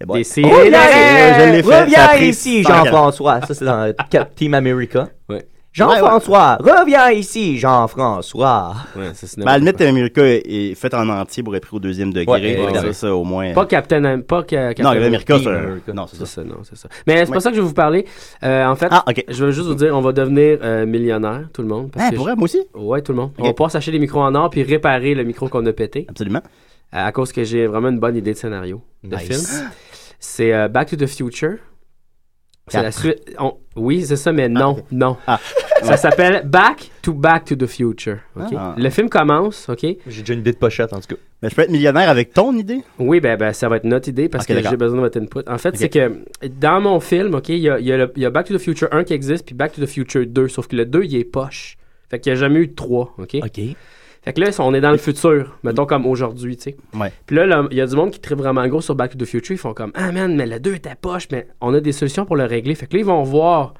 Speaker 6: eh ben,
Speaker 7: Des
Speaker 6: c'est- je l'ai fait. ça a
Speaker 7: Reviens
Speaker 6: pris
Speaker 7: ici,
Speaker 6: 140.
Speaker 7: Jean-François. Ça, c'est dans Cap- Team America.
Speaker 6: Jean-François,
Speaker 7: Jean-François, reviens ici, Jean-François.
Speaker 6: Ben, à la limite, America est, est faite en entier pour être pris au deuxième degré.
Speaker 7: Ouais,
Speaker 6: puis
Speaker 7: exact.
Speaker 6: ça, ça, au moins.
Speaker 8: Pas Captain Am- pas que- Captain
Speaker 6: Non, America,
Speaker 8: Team
Speaker 6: c'est un-
Speaker 8: America.
Speaker 6: non, c'est
Speaker 8: C'est
Speaker 6: ça.
Speaker 8: ça, non, c'est ça. Mais c'est
Speaker 6: Ouais. Ah,
Speaker 8: pas ça que je vais vous parler. Euh, en fait, je veux juste vous dire, on va devenir euh, millionnaire, tout le monde.
Speaker 6: Hein,
Speaker 8: que
Speaker 6: pour
Speaker 8: je-
Speaker 6: vrai, moi aussi?
Speaker 8: Ouais, tout le monde. On
Speaker 6: Ok.
Speaker 8: va pouvoir s'acheter des micros en or puis réparer le micro qu'on a pété.
Speaker 6: Absolument.
Speaker 8: À, cause que j'ai vraiment une bonne idée de scénario de
Speaker 7: Nice.
Speaker 8: film. C'est euh, Back to the Future. C'est la
Speaker 7: Quatre.
Speaker 8: suite. on- Oui, c'est
Speaker 6: Ah,
Speaker 8: ça, mais non, non. Ça s'appelle Back to Back to the Future. ok?
Speaker 7: Ah.
Speaker 8: Le film commence, ok?
Speaker 7: J'ai déjà une idée de pochette, en tout cas.
Speaker 6: Mais Ben, je peux être millionnaire avec ton idée?
Speaker 8: Oui, ben, ben, ça va être notre idée parce
Speaker 6: Ok,
Speaker 8: que
Speaker 6: d'accord.
Speaker 8: j'ai besoin de votre input. En fait,
Speaker 6: Ok.
Speaker 8: c'est que dans mon film, OK, il y a, il y a le- il y a Back to the Future 1 qui existe, puis Back to the Future 2, sauf que le 2, il est poche. Fait qu'il n'y a jamais eu de 3, OK?
Speaker 7: OK.
Speaker 8: Fait que là, on est dans le futur, mettons comme aujourd'hui, tu sais.
Speaker 6: Ouais.
Speaker 8: Puis là, là, il y a du monde qui tripe vraiment gros sur Back to the Future. Ils font comme Ah man, mais le 2 était poche, mais on a des solutions pour le régler. Fait que là, ils vont voir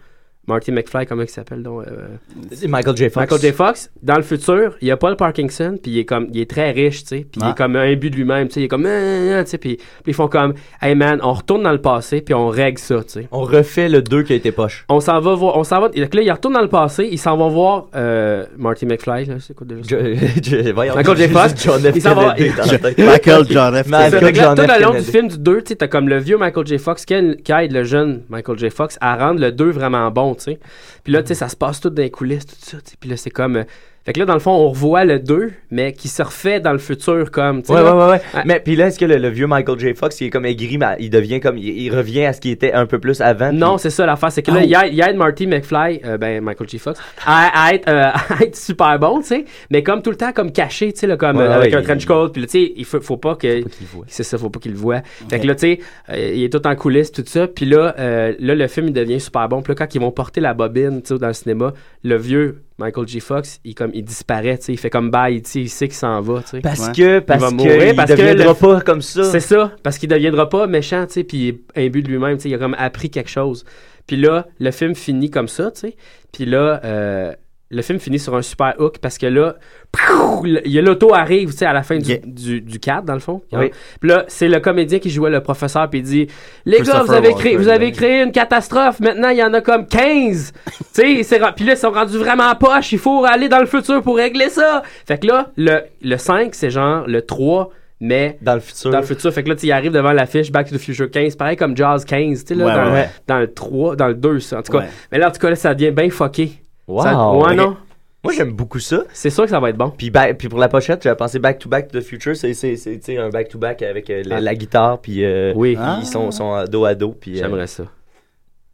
Speaker 8: Marty McFly, comment il s'appelle donc euh,
Speaker 7: C'est Michael J. Fox.
Speaker 8: Michael J. Fox. Dans le futur, il y a Paul Parkinson, puis il est comme il est très riche, tu sais. Puis il
Speaker 7: Ah.
Speaker 8: est comme un but de lui-même, tu sais. Il est comme Ah, ah, ah, tu sais. Puis, puis ils font comme Hey man, on retourne dans le passé, puis on règle ça, tu sais.
Speaker 7: On refait le 2 qui a été poche.
Speaker 8: On s'en va voir, on s'en va. Donc là, il retourne dans le passé, il s'en va voir euh, Marty McFly, là, c'est quoi déjà? ça?
Speaker 7: voyons.
Speaker 8: Michael J. Fox.
Speaker 7: John F.
Speaker 8: il s'en va-
Speaker 7: Kennedy dans la tête.
Speaker 6: Michael John F.
Speaker 8: C'est ça, fait
Speaker 7: Michael
Speaker 8: que là,
Speaker 7: John
Speaker 8: Tout
Speaker 7: F.
Speaker 8: le long du
Speaker 7: Kennedy.
Speaker 8: film du 2, t'as comme le vieux Michael J. Fox qui aide qui aide le jeune Michael J. Fox à rendre le 2 vraiment bon, tu sais. Puis là, tu sais, ça se passe tout dans les coulisses, tout ça, tu sais. Puis là, c'est comme... euh, Fait que là, dans le fond, on revoit le 2, mais qui se refait dans le futur, comme, tu sais.
Speaker 7: Ouais, ouais,
Speaker 8: là.
Speaker 7: ouais, ouais. Mais puis là, est-ce que le, le vieux Michael J. Fox, il est comme aigri, mais il devient comme. Il, il revient à ce qu'il était un peu plus avant.
Speaker 8: Non, c'est ça l'affaire, c'est que là,
Speaker 7: Oh.
Speaker 8: il aide- il aide Marty McFly, euh, ben Michael J. Fox, à, à être, euh, à être super bon, tu sais, mais comme tout le temps, comme caché, tu sais, là, comme
Speaker 7: Ouais,
Speaker 8: euh, avec
Speaker 7: ouais,
Speaker 8: un
Speaker 7: il-
Speaker 8: trench coat, puis là, tu sais, il faut, faut pas que. C'est ça, faut pas qu'il le voit. Fait que là, tu sais, euh, il est tout en coulisses, tout ça, puis là, euh, là, le film, il devient super bon, puis là, quand ils vont porter la bobine, tu sais, dans le cinéma, le vieux. Michael J. Fox, il, comme, il disparaît, tu sais, il fait comme bye, tu sais, il sait qu'il s'en va. tu sais.
Speaker 7: Parce
Speaker 8: Ouais.
Speaker 7: que- parce
Speaker 8: il va
Speaker 7: que
Speaker 8: mourir,
Speaker 7: il
Speaker 8: parce que
Speaker 7: deviendra
Speaker 8: le-
Speaker 7: pas comme ça.
Speaker 8: C'est ça, parce qu'il deviendra pas méchant, tu sais, puis il est imbu de lui-même, tu sais, il a comme appris quelque chose. Puis là, le film finit comme ça, tu sais. Puis là, euh, le film finit sur un super hook parce que là, prou, le- il y a l'auto arrive, tu sais, à la fin du, du, du cadre, dans le fond.
Speaker 7: Oui.
Speaker 8: Puis là, c'est le comédien qui jouait le professeur, puis il dit Les gars, vous
Speaker 7: Christopher
Speaker 8: avez, créé, vous
Speaker 7: Walken.
Speaker 8: avez créé une catastrophe, maintenant il y en a comme 15. tu sais, il s'est ren- puis là, ils sont rendus vraiment poche, il faut aller dans le futur pour régler ça. Fait que là, le, le 5, c'est genre le 3. Mais
Speaker 7: dans le futur.
Speaker 8: Dans le futur. Fait que là, tu y arrives devant l'affiche Back to the Future 15. Pareil comme Jazz 15. Tu sais, là,
Speaker 7: Ouais,
Speaker 8: dans,
Speaker 7: ouais.
Speaker 8: dans le 3, dans le 2, ça. En tout cas,
Speaker 7: Ouais.
Speaker 8: mais là, en tout cas, là, ça devient bien fucké.
Speaker 7: Wow.
Speaker 8: Ça- ouais, non?
Speaker 7: Moi, j'aime beaucoup ça.
Speaker 8: C'est sûr que ça va être bon.
Speaker 7: Puis, ba- puis pour la pochette, j'avais pensé Back to Back to the Future. C'est c'est- c'est, tu sais, un Back to Back avec euh, la,
Speaker 8: Ah.
Speaker 7: la guitare. Puis euh,
Speaker 8: Oui.
Speaker 7: puis
Speaker 6: Ah.
Speaker 7: ils sont, sont euh, dos à dos. Puis,
Speaker 8: J'aimerais ça.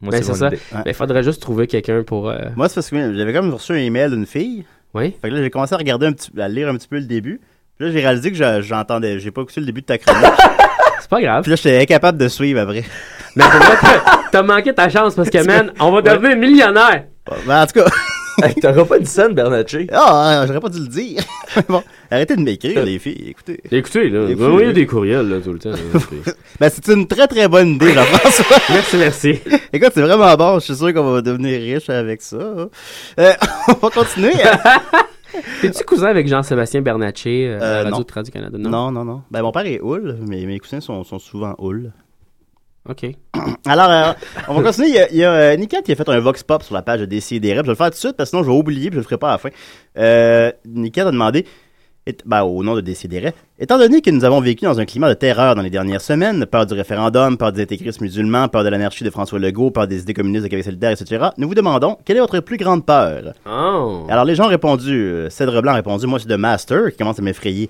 Speaker 7: Moi,
Speaker 8: Ben,
Speaker 7: c'est,
Speaker 8: c'est
Speaker 7: mon
Speaker 8: ça.
Speaker 7: idée.
Speaker 8: Mais faudrait juste trouver quelqu'un pour. euh,
Speaker 6: Moi, c'est parce que j'avais comme reçu un email d'une fille.
Speaker 8: Oui.
Speaker 6: Fait que là, j'ai commencé à regarder un petit, à lire un petit peu le début. Puis là, j'ai réalisé que je- j'entendais, j'ai pas écouté le début de ta chronique.
Speaker 8: c'est pas grave.
Speaker 6: Puis là, j'étais incapable de suivre après.
Speaker 8: Mais pour vrai, t'as- t'as manqué ta chance parce que, man, on va devenir millionnaire.
Speaker 6: en tout cas.
Speaker 7: T'auras pas une scène, Bernatchez.
Speaker 6: Ah, j'aurais pas dû le dire. bon, arrêtez de m'écrire, les filles. Écoutez.
Speaker 8: Écoutez, là,
Speaker 6: Écoutez,
Speaker 8: vous voyez
Speaker 6: là.
Speaker 8: des courriels, là, tout le temps. là, c'est-
Speaker 6: Ben, c'est une très très bonne idée, Jean-François.
Speaker 8: merci, merci.
Speaker 6: Écoute, c'est vraiment bon. Je suis sûr qu'on va devenir riche avec ça. Euh, on va continuer.
Speaker 8: T'es-tu cousin avec Jean-Sébastien Bernatchez euh, à
Speaker 6: Euh,
Speaker 8: Radio
Speaker 6: non.
Speaker 8: de Radio-Canada?
Speaker 6: non, non, non. Ben, mon père est Hull, mais mes cousins sont, sont souvent Hull.
Speaker 8: OK.
Speaker 6: Alors, euh, on va continuer. Il y a, il y a, euh, Nikat qui a fait un vox pop sur la page de DCDR. Je vais le faire tout de suite parce que sinon je vais oublier puis je le ferai pas à la fin. Euh, Nikat a demandé, et- ben, au nom de DCDR, étant donné que nous avons vécu dans un climat de terreur dans les dernières semaines, peur du référendum, peur des intégristes musulmans, peur de l'anarchie de François Legault, peur des idées communistes de Québec solidaire, etc., nous vous demandons quelle est votre plus grande peur
Speaker 8: Oh.
Speaker 6: Alors, les gens ont répondu, euh, Cèdre Blanc a répondu, moi c'est de Master qui commence à m'effrayer.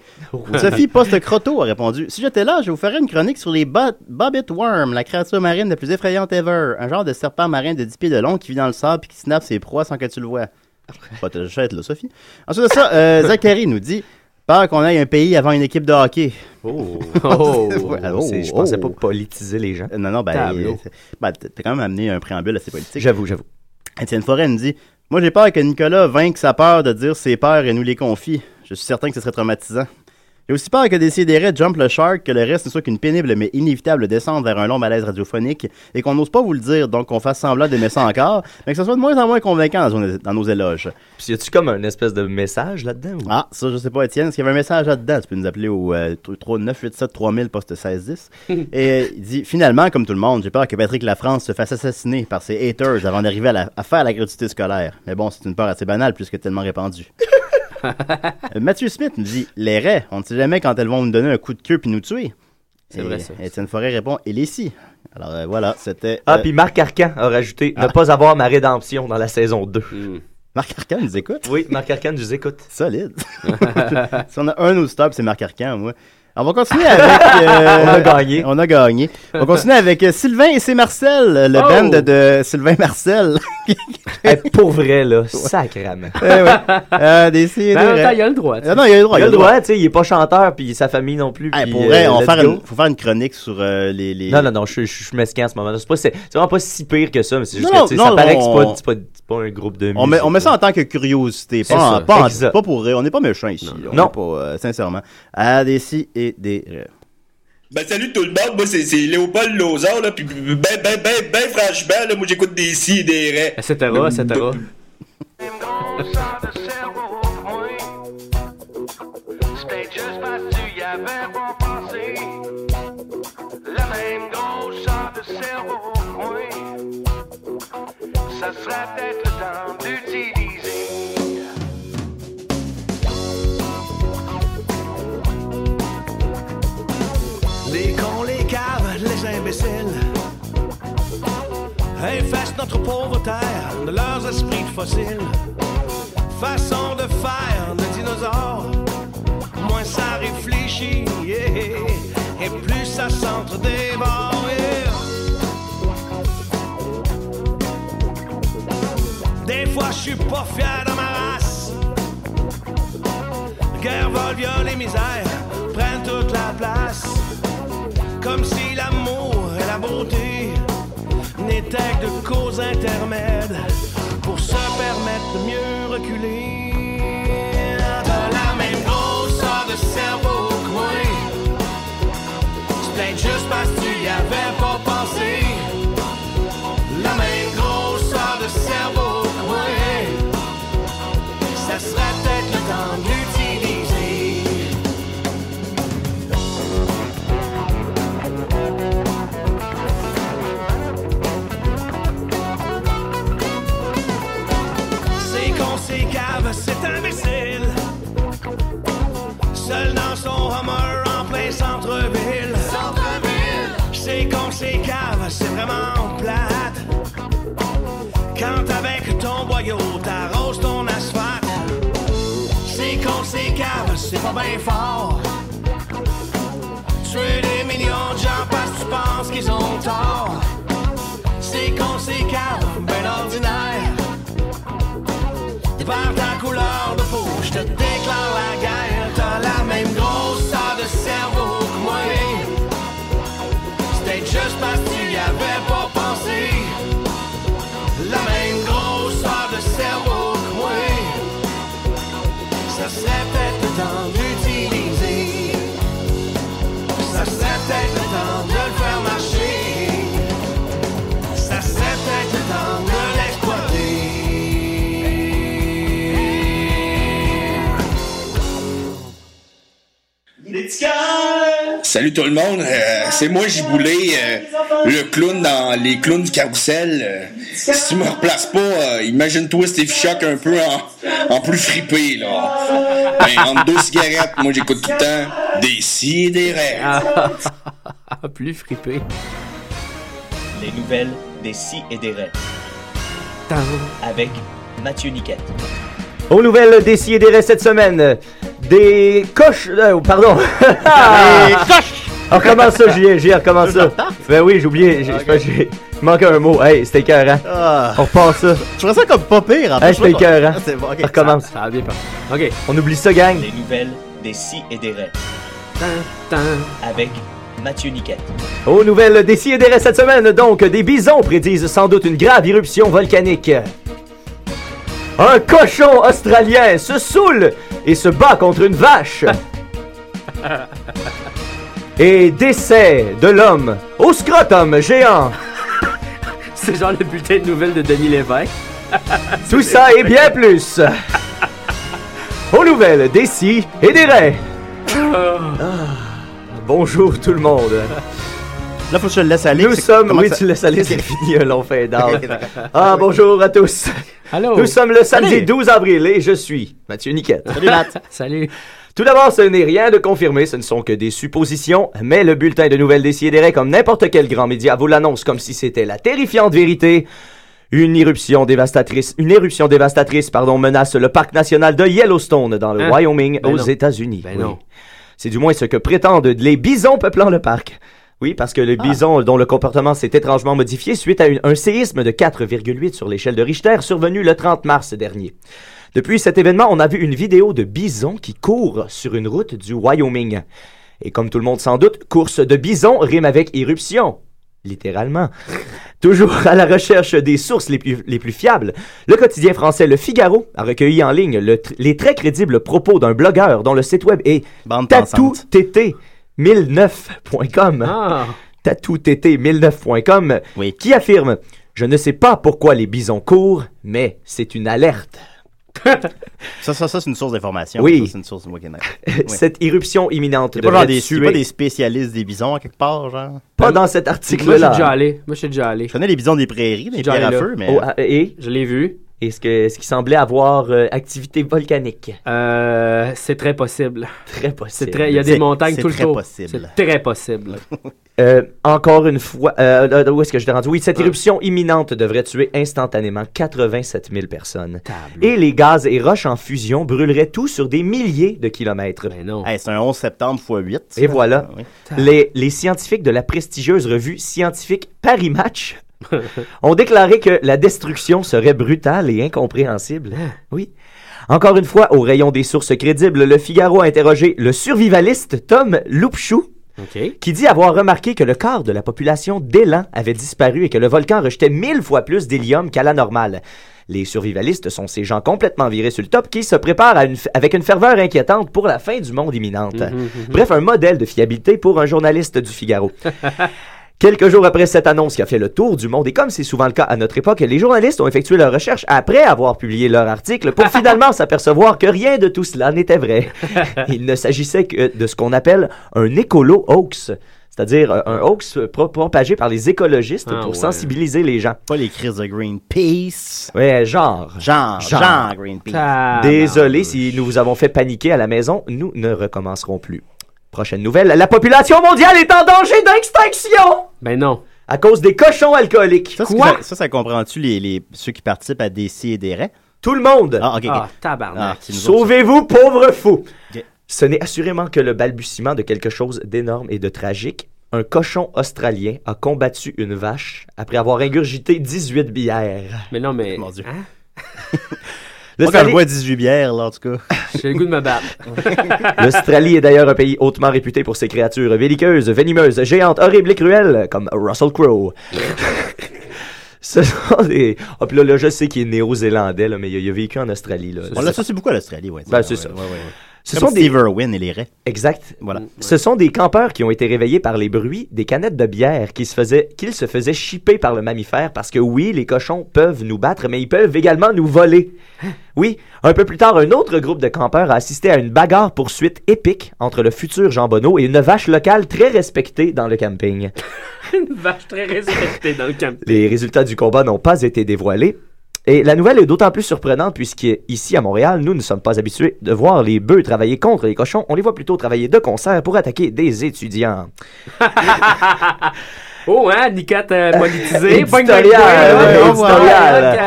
Speaker 6: Sophie Poste-Croteau a répondu Si j'étais là, je vous ferais une chronique sur les bo- Bobbit Worm, la créature marine la plus effrayante ever. Un genre de serpent marin de 10 pieds de long qui vit dans le sable et qui snappe ses proies sans que tu le vois. Pas de chète, là, Sophie. Ensuite de ça, euh, Zachary nous dit Peur qu'on aille un pays avant une équipe de hockey.
Speaker 7: Oh,
Speaker 6: Oh,
Speaker 7: c'est- je pensais pas
Speaker 6: politiser les gens. Non, non, ben,
Speaker 7: Tableau.
Speaker 6: euh, ben, t- t'as quand même amené un préambule assez politique. J'avoue, j'avoue. Étienne Forêt nous dit Moi, j'ai peur que Nicolas vainque sa peur de dire ses peurs et nous les confie. Je suis certain que ce serait traumatisant. J'ai aussi peur que Décideret jump le shark, que le reste ne soit qu'une pénible mais inévitable descente vers un long malaise radiophonique et qu'on n'ose pas vous le dire, donc qu'on fasse semblant d'aimer ça encore, mais que ce soit de moins en moins convaincant dans nos, dans nos éloges.
Speaker 7: Puis y a-tu comme un espèce de message là-dedans? ou-
Speaker 6: Ah, ça, je sais pas, Étienne. Est-ce qu'il y avait un message là-dedans? Tu peux nous appeler au euh, 987 3000 poste 1610. Et euh, il dit Finalement, comme tout le monde, j'ai peur que Patrick Lafrance se fasse assassiner par ses haters avant d'arriver à, la- à faire la gratuité scolaire. Mais bon, c'est une peur assez banale puisque tellement répandue. Euh, Mathieu Smith nous dit Les raies, on ne sait jamais quand elles vont nous donner un coup de queue puis nous tuer.
Speaker 7: C'est
Speaker 6: Et
Speaker 7: vrai, ça.
Speaker 6: Étienne Forêt répond Et les si Alors euh, voilà, c'était.
Speaker 7: Ah,
Speaker 6: euh,
Speaker 7: puis Marc Arcan a rajouté
Speaker 6: Ah.
Speaker 7: ne pas avoir ma rédemption dans la saison 2.
Speaker 6: Marc Arcan nous écoute?
Speaker 7: Oui, Marc Arcan nous écoute.
Speaker 6: Solide. si on a un auditeur, puis c'est Marc Arcan, moi. On va continuer avec. euh,
Speaker 7: On a gagné.
Speaker 6: On a gagné. On va continuer avec euh, Sylvain et c'est Marcel, euh, le
Speaker 7: Oh!
Speaker 6: band de Sylvain Marcel.
Speaker 7: Eh, pour vrai, là, sacrément.
Speaker 6: Eh ouais. Euh, des si et
Speaker 7: Ben,
Speaker 6: des
Speaker 7: en même temps,
Speaker 6: raies.
Speaker 7: il a le droit, tu sais.
Speaker 6: Ah non, il a le droit.
Speaker 7: Il a le droit, tu sais, il est pas chanteur, puis sa famille non plus.
Speaker 6: Eh,
Speaker 7: puis,
Speaker 6: pour vrai,
Speaker 7: euh,
Speaker 6: on va
Speaker 7: let's
Speaker 6: faire
Speaker 7: go.
Speaker 6: une, faut faire une chronique sur euh, les, les-
Speaker 7: Non, non, non, je je- je suis mesquin en ce moment. C'est pas- c'est c'est vraiment pas si pire que ça, mais c'est juste
Speaker 6: Non,
Speaker 7: que tu sais,
Speaker 6: non,
Speaker 7: ça
Speaker 6: non,
Speaker 7: paraît que c'est
Speaker 6: on-
Speaker 7: pas- c'est pas, c'est pas un groupe de
Speaker 6: On met,
Speaker 7: musique.
Speaker 6: on met ça en tant que curiosité,
Speaker 7: C'est
Speaker 6: pas, en-
Speaker 7: ça,
Speaker 6: pas, en-
Speaker 7: exact.
Speaker 6: pas pour rire. On n'est pas méchant ici. là. On
Speaker 7: Non.
Speaker 6: est Pas, euh, sincèrement. À des si et des raies.
Speaker 14: Ben salut tout le monde, moi c'est c'est Léopold Lozard là, puis ben ben ben ben franchement là, moi j'écoute des si et des raies.
Speaker 8: Etc., etc.
Speaker 11: Ça serait peut-être le temps d'utiliser.
Speaker 15: Les cons, les caves, les imbéciles Effacent notre pauvre terre de leurs esprits de fossiles Façon de faire de dinosaures Moins ça réfléchit yeah, Et plus ça s'entre-dévore yeah. Des fois je suis pas fier de ma race Guerre, vol, viol et misère prennent toute la place comme si l'amour et la beauté n'étaient que de causes intermèdes pour se permettre de mieux reculer. De la même grosseur de cerveau au coin, c'est peut-être juste parce que tu y avais pas pensé. La même grosseur de cerveau au coin, ça serait peut-être le temps de l'utiliser. C'est con, c'est cave, c'est imbécile. Seul dans son Hummer en plein centre-ville. C'est con, c'est cave, c'est vraiment plate. Quand avec ton boyau, t'arroses ton asphalte. C'est con, c'est cave, c'est pas bien fort. Tuer des millions de gens parce que tu penses qu'ils ont tort. C'est con, c'est cave, ben ordinaire. Par ta couleur de peau, je te déclare la guerre. T'as la même grosseur de cerveau que moi. C'était juste parce que tu y avais pas pensé. La même grosseur de cerveau que moi. Ça serait peut-être le temps d'utiliser. Ça serait peut-être le temps de le faire marcher.
Speaker 14: Salut tout le monde, euh, c'est moi Giboulé, euh, le clown dans les clowns du carrousel. euh. si tu me replaces pas, euh, imagine-toi Steve Shock un peu en, en plus fripé là. Ben, entre deux cigarettes, moi j'écoute tout le temps des si et des rêves.
Speaker 8: Ah. Plus fripé.
Speaker 16: Les nouvelles des si et des rêves. Avec Mathieu Niquette.
Speaker 7: Aux nouvelles des si et des restes cette semaine, des coches. euh, pardon. des coches On recommence ça, Julien, Julien, recommence ça. Ben oui, j'ai oublié, j'ai- j'ai manqué un mot. Hey, c'était écœurant. On repart ça.
Speaker 6: Ah. Je ferais ça comme pas pire en
Speaker 7: Hey,
Speaker 6: plus.
Speaker 7: c'était écœurant.
Speaker 6: C'est bon, ok.
Speaker 7: On recommence.
Speaker 8: Ça va bien, pas. Ok.
Speaker 7: On oublie ça, gang.
Speaker 16: Les nouvelles des si et des rêves. Avec Mathieu Niquette.
Speaker 7: Aux nouvelles des si et des restes cette semaine, donc, des bisons prédisent sans doute une grave éruption volcanique. Un cochon australien se saoule et se bat contre une vache. Et décès de l'homme au scrotum géant.
Speaker 8: C'est genre le bulletin de nouvelles de Denis Lévesque.
Speaker 7: Tout ça et bien plus. Aux nouvelles des si et des raies. Ah. Bonjour tout le monde.
Speaker 6: Là, faut que je le laisse aller.
Speaker 7: Nous
Speaker 6: C'est-
Speaker 7: sommes.
Speaker 6: comment
Speaker 7: Oui,
Speaker 6: ça-
Speaker 7: tu laisses aller, c'est fini, un long fin d'âme.
Speaker 6: Ok, d'accord.
Speaker 7: Ah, bonjour à tous.
Speaker 8: Allô.
Speaker 7: Nous sommes le samedi
Speaker 8: Salut.
Speaker 7: 12 avril et je suis Mathieu Niquette.
Speaker 8: Salut, Matt. Salut.
Speaker 7: Tout d'abord, ce n'est rien de confirmé, ce ne sont que des suppositions, mais le bulletin de nouvelles décidérées, comme n'importe quel grand média, vous l'annonce comme si c'était la terrifiante vérité. Une éruption dévastatrice, une éruption dévastatrice, pardon, menace le parc national de Yellowstone dans le
Speaker 8: Hein?
Speaker 7: Wyoming
Speaker 8: Ben
Speaker 7: aux
Speaker 8: non.
Speaker 7: États-Unis.
Speaker 8: Ben
Speaker 7: Oui.
Speaker 8: non.
Speaker 7: C'est du moins ce que prétendent les bisons peuplant le parc. Oui, parce que le bison, dont le comportement s'est étrangement modifié suite à une- un séisme de 4,8 sur l'échelle de Richter survenu le 30 mars dernier. Depuis cet événement, on a vu une vidéo de bison qui court sur une route du Wyoming. Et comme tout le monde s'en doute, course de bison rime avec éruption. Littéralement. Toujours à la recherche des sources les plus, les plus fiables, le quotidien français Le Figaro a recueilli en ligne le tr- les très crédibles propos d'un blogueur dont le site web est tatoutt1009.com. tatoutt1009.com qui affirme Je ne sais pas pourquoi les bisons courent, mais c'est une alerte.
Speaker 6: Ça, ça, ça, c'est une source d'information.
Speaker 7: Oui.
Speaker 6: Ça, C'est une source de moi qui en ai. Oui.
Speaker 7: Cette éruption imminente
Speaker 6: C'est pas, genre
Speaker 7: devrait
Speaker 6: des, c'est
Speaker 7: tuer-
Speaker 6: pas des spécialistes des bisons à quelque part, genre.
Speaker 7: Pas dans cet
Speaker 8: Moi,
Speaker 7: article-là.
Speaker 8: je suis déjà allé. Moi, je suis déjà allé.
Speaker 6: Je connais les bisons des prairies, des pierres à feu, mais.
Speaker 7: Oh, ah, et Je l'ai vu. Est-ce que ce qui semblait avoir euh, activité volcanique
Speaker 8: Euh, c'est très possible.
Speaker 7: Très possible.
Speaker 8: C'est très, il y a des
Speaker 7: C'est-
Speaker 8: montagnes
Speaker 7: c'est
Speaker 8: tout le
Speaker 7: très
Speaker 8: tour.
Speaker 7: possible.
Speaker 8: C'est très possible.
Speaker 7: Euh, encore une fois, euh, euh, où est-ce que je t'ai rendu? Oui, cette éruption imminente devrait tuer instantanément 87 000 personnes. Et les gaz et roches en fusion brûleraient tout sur des milliers de kilomètres.
Speaker 6: c'est un 11 septembre Ah x 8.
Speaker 7: Et voilà. Les, les scientifiques de la prestigieuse revue scientifique Paris Match ont déclaré que la destruction serait brutale et incompréhensible. Oui. Encore une fois, au rayon des sources crédibles, le Figaro a interrogé le survivaliste Tom Loupchou, qui dit avoir remarqué que le quart de la population d'élan avait disparu et que le volcan rejetait mille fois plus d'hélium qu'à la normale. Les survivalistes sont ces gens complètement virés sur le top qui se préparent à une f- avec une ferveur inquiétante pour la fin du monde imminente.
Speaker 6: Mm-hmm.
Speaker 7: Bref, un modèle de fiabilité pour un journaliste du Figaro. Quelques jours après cette annonce qui a fait le tour du monde, et comme c'est souvent le cas à notre époque, les journalistes ont effectué leurs recherches après avoir publié leur article pour finalement s'apercevoir que rien de tout cela n'était vrai. Il ne s'agissait que de ce qu'on appelle un écolo hoax, c'est-à-dire euh, un hoax pro- propagé par les écologistes
Speaker 6: Ah
Speaker 7: pour
Speaker 6: ouais.
Speaker 7: sensibiliser les gens. Pas les crises de Greenpeace. Ouais, genre.
Speaker 6: Genre, genre, Greenpeace.
Speaker 7: Désolé si nous vous avons fait paniquer à la maison, nous ne recommencerons plus. Prochaine nouvelle, la population mondiale est en danger d'extinction!
Speaker 8: Ben non.
Speaker 7: À cause des cochons alcooliques.
Speaker 6: Ça, c'est
Speaker 7: Quoi?
Speaker 6: que Ça, ça, ça comprends-tu les, les- ceux qui participent à des si et des raies?
Speaker 7: Tout le monde!
Speaker 6: Ah, ok, ok.
Speaker 8: Ah, tabarnak.
Speaker 6: c'est nous autres,
Speaker 7: Sauvez-vous, pauvres fous! Ce n'est assurément que le balbutiement de quelque chose d'énorme et de tragique. Un cochon australien a combattu une vache après avoir ingurgité 18 bières. Hein?
Speaker 8: Mais non, mais. Mon
Speaker 7: Dieu.
Speaker 6: ça. Moi, quand je bois 18 bières, là, en tout cas.
Speaker 8: J'ai le goût de me battre.
Speaker 7: L'Australie est d'ailleurs un pays hautement réputé pour ses créatures belliqueuses, venimeuses, géantes, horribles et cruelles, comme Russell Crowe. Ce sont des... Ah, puis là, là, je sais qu'il est néo-zélandais, là, mais il a, il a vécu en Australie. Là.
Speaker 6: Bon, là, ça, c'est beaucoup à l'Australie, ouais.
Speaker 7: Ben, c'est ça. Ce
Speaker 6: Comme
Speaker 7: sont des-
Speaker 6: Steve Irwin et les raies.
Speaker 7: Exact.
Speaker 6: Voilà.
Speaker 7: Ce sont des campeurs qui ont été réveillés par les bruits des canettes de bière qui se faisaient- qu'ils se faisaient chipper par le mammifère parce que oui, les cochons peuvent nous battre, mais ils peuvent également nous voler. Oui, un peu plus tard, un autre groupe de campeurs a assisté à une bagarre poursuite épique entre le futur Jean Bonneau et une vache locale très respectée dans le camping.
Speaker 8: Une vache très respectée dans le camp.
Speaker 7: Les résultats du combat n'ont pas été dévoilés. Et la nouvelle est d'autant plus surprenante puisqu'ici à Montréal, nous ne sommes pas habitués de voir les bœufs travailler contre les cochons. On les voit plutôt travailler de concert pour attaquer des étudiants.
Speaker 8: Oh, hein, Nicotte euh, politisée.
Speaker 7: Éditorial, ouais, éditorial.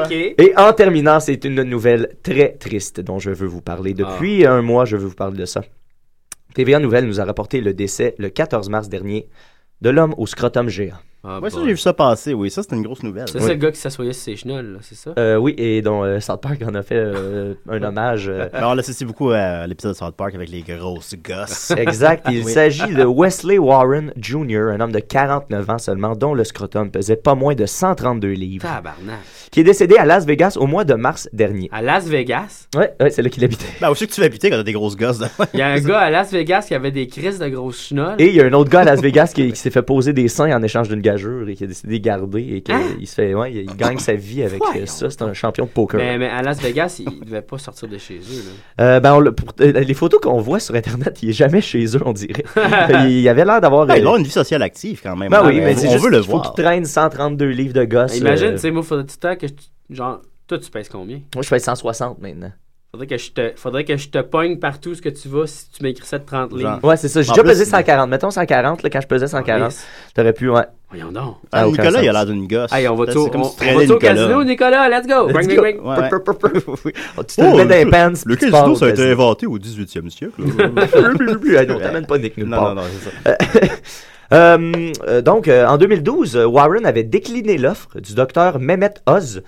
Speaker 8: Ok, ok.
Speaker 7: Et en terminant, c'est une nouvelle très triste dont je veux vous parler. Depuis un mois, je veux vous parler de ça. TVA Nouvelle nous a rapporté le décès le 14 mars dernier de l'homme au scrotum géant.
Speaker 6: ouais, ça, j'ai vu ça passer, oui. Ça, c'était une grosse nouvelle.
Speaker 8: C'est ça le gars qui s'assoyait sur ses chenolles, là, c'est ça?
Speaker 7: Euh, oui, et dont euh, South Park en a fait euh, un hommage. euh,
Speaker 6: Alors, on l'associe beaucoup à l'épisode de South Park avec les grosses gosses.
Speaker 7: Exact. Il
Speaker 6: Oui.
Speaker 7: s'agit de Wesley Warren Jr., un homme de 49 ans seulement, dont le scrotum pesait pas moins de 132 livres,
Speaker 8: Tabarnak.
Speaker 7: qui est décédé à Las Vegas au mois de mars dernier.
Speaker 8: À Las Vegas,
Speaker 7: Ouais, ouais, c'est là qu'il habitait.
Speaker 6: Bah, aussi que tu vas habiter quand t'as des grosses gosses.
Speaker 8: il y a un gars à Las Vegas qui avait des crises de grosses chenolles.
Speaker 7: Et il y a un autre gars à Las Vegas qui, qui s'est fait poser des seins en échange d'une gageure et qui a décidé de garder et
Speaker 6: Ah!
Speaker 7: qu'il se fait, ouais, il, il gagne sa vie avec euh, ça. C'est un champion de poker.
Speaker 8: Mais, mais à Las Vegas, il devait pas sortir de chez eux. là.
Speaker 7: Euh, ben, on l'a- pour- euh, les photos qu'on voit sur Internet, il est jamais chez eux, on dirait. il, il avait l'air d'avoir.
Speaker 6: Ah, il
Speaker 7: euh,
Speaker 6: a une vie sociale active quand même.
Speaker 7: Ben oui,
Speaker 6: Ah,
Speaker 7: mais
Speaker 6: on-
Speaker 7: c'est
Speaker 6: on
Speaker 7: juste
Speaker 6: veut le
Speaker 7: qu'il faut
Speaker 6: voir.
Speaker 7: qu'il traîne 132 livres de gosse.
Speaker 8: Imagine,
Speaker 7: euh,
Speaker 8: tu sais, moi, faudrait tout le temps que je. Genre, toi, tu pèses combien?
Speaker 7: Moi, je fais 160 maintenant.
Speaker 8: Faudrait que je te, faudrait que je te pogne partout ce que tu vas si tu m'écris ça de 30 livres.
Speaker 7: Ouais, c'est ça. J'ai déjà pesé 140. Mettons 140, là, quand je pesais 140,
Speaker 8: lisse.
Speaker 7: t'aurais pu. Ouais.
Speaker 8: Voyons donc.
Speaker 7: Ça a Ah, aucun
Speaker 6: Ah, Nicolas, il a
Speaker 7: sens.
Speaker 6: l'air d'une gosse.
Speaker 8: Hey, on va
Speaker 6: C'est
Speaker 8: tout on,
Speaker 6: comme si tu
Speaker 8: on va
Speaker 6: traînais
Speaker 8: tout au
Speaker 6: Nicolas.
Speaker 8: casino, Nicolas. Let's go.
Speaker 7: Let's
Speaker 8: Bring,
Speaker 7: go.
Speaker 8: bring, bring.
Speaker 7: Ouais, ouais. Tu te
Speaker 6: Oh,
Speaker 7: mets dans les
Speaker 6: le-
Speaker 7: pants.
Speaker 6: Le
Speaker 7: tu
Speaker 6: casino,
Speaker 7: pars
Speaker 6: ça a
Speaker 7: au
Speaker 6: été inventé au 18e siècle.
Speaker 7: Hey, non, t'amènes pas Nick nulle
Speaker 6: Non,
Speaker 7: part.
Speaker 6: non, non, c'est ça.
Speaker 7: Euh, euh, donc, euh, en 2012, euh, Warren avait décliné l'offre du docteur Mehmet Oz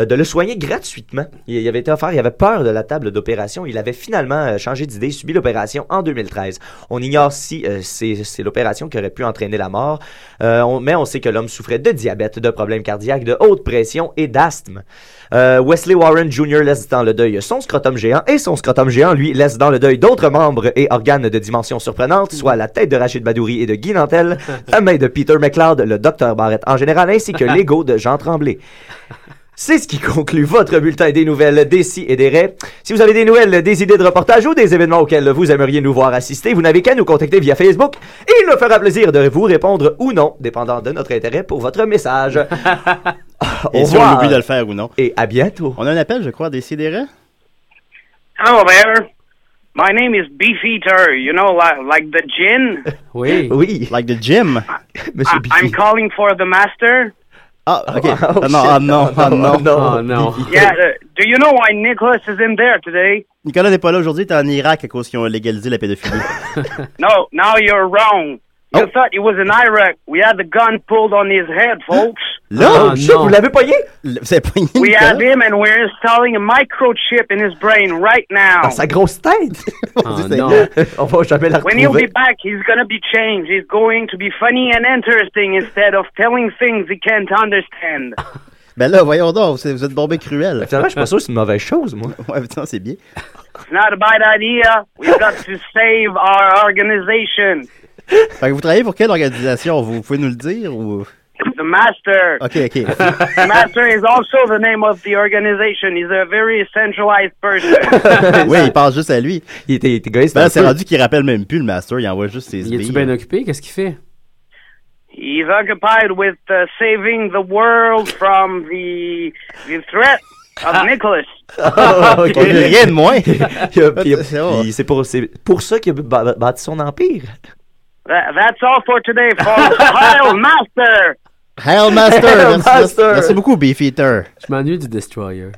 Speaker 7: euh, de le soigner gratuitement. Il, il avait été offert, il avait peur de la table d'opération. Il avait finalement euh, changé d'idée, subi l'opération en 2013. On ignore si euh, c'est c'est l'opération qui aurait pu entraîner la mort, Euh, on- mais on sait que l'homme souffrait de diabète, de problèmes cardiaques, de haute pression et d'asthme. Euh, Wesley Warren Jr. laisse dans le deuil son scrotum géant et son scrotum géant, lui, laisse dans le deuil d'autres membres et organes de dimension surprenante, soit la tête de Rachid Badouri et de Guy Nantel, la main de Peter McLeod, le docteur Barrett en général, ainsi que l'ego de Jean Tremblay. C'est ce qui conclut votre bulletin des nouvelles des si et des raies. Si vous avez des nouvelles, des idées de reportage ou des événements auxquels vous aimeriez nous voir assister, vous n'avez qu'à nous contacter via Facebook et il nous fera plaisir de vous répondre ou non, dépendant de notre intérêt pour votre message. Au
Speaker 6: Et si on
Speaker 7: revoir.
Speaker 6: oublie de le faire ou non.
Speaker 7: Et à bientôt.
Speaker 6: On a un appel, je crois, des sidérés.
Speaker 17: Hello there. My name is Beefeater. You know, like, like the gin.
Speaker 8: Oui.
Speaker 7: Oui.
Speaker 6: Like the gym.
Speaker 7: Monsieur
Speaker 17: I'm calling for the master.
Speaker 7: Oh,
Speaker 6: Ah, ok.
Speaker 7: Uh,
Speaker 6: Ah, non, ah, non, ah, non.
Speaker 8: Oh, non.
Speaker 17: Yeah. uh, do you know why Nicholas is in there today?
Speaker 6: Nicolas n'est pas là aujourd'hui, t'es en Irak à cause qu'ils ont légalisé la pédophilie.
Speaker 17: No. Now you're wrong.
Speaker 7: Oh.
Speaker 17: You thought he was in Iraq. We had the gun pulled on his head, folks.
Speaker 6: Là,
Speaker 7: shit, vous l'avez pogné?
Speaker 6: Vous avez pogné
Speaker 17: We
Speaker 6: Nicolas?
Speaker 17: have him, and we're installing a microchip in his brain right now.
Speaker 7: Dans sa grosse tête!
Speaker 8: Oh, non.
Speaker 7: On va jamais la
Speaker 17: When he'll be
Speaker 7: retrouver.
Speaker 17: back, he's gonna be changed. He's going to be funny and interesting instead of telling things he can't understand.
Speaker 6: Ben là, voyons donc, vous êtes- vous êtes bombé cruel.
Speaker 7: Finalement, je suis pas sûr que c'est une mauvaise chose, moi.
Speaker 6: Ouais, putain, c'est bien.
Speaker 17: It's not a bad idea. We've got to save our organization.
Speaker 6: Fait que vous travaillez pour quelle organisation? Vous pouvez nous le dire ou...
Speaker 17: The master.
Speaker 6: Ok, ok.
Speaker 17: The master is also the name of the organization. He's a very centralized person.
Speaker 6: oui, il pense juste à lui.
Speaker 7: Il était, il était égoïste.
Speaker 6: Ben
Speaker 7: un
Speaker 6: là, c'est
Speaker 7: peu.
Speaker 6: rendu qu'il rappelle même plus le master, il envoie juste ses
Speaker 8: Il est-tu
Speaker 6: sbires.
Speaker 8: bien occupé? Qu'est-ce qu'il fait?
Speaker 17: He's occupied with uh, saving the world from the the threat of Nicholas.
Speaker 7: Ah, ok.
Speaker 6: On dit rien de moins.
Speaker 7: Il a- il a-
Speaker 6: C'est vrai.
Speaker 7: il- c'est pour, c'est pour ça qu'il a ba- bâti son empire.
Speaker 17: That, that's all for today, folks. Hail, master!
Speaker 6: Hail Master!
Speaker 7: Hail
Speaker 6: merci, merci-
Speaker 7: Master!
Speaker 6: merci beaucoup, Beefeater.
Speaker 8: Je m'ennuie du Destroyer.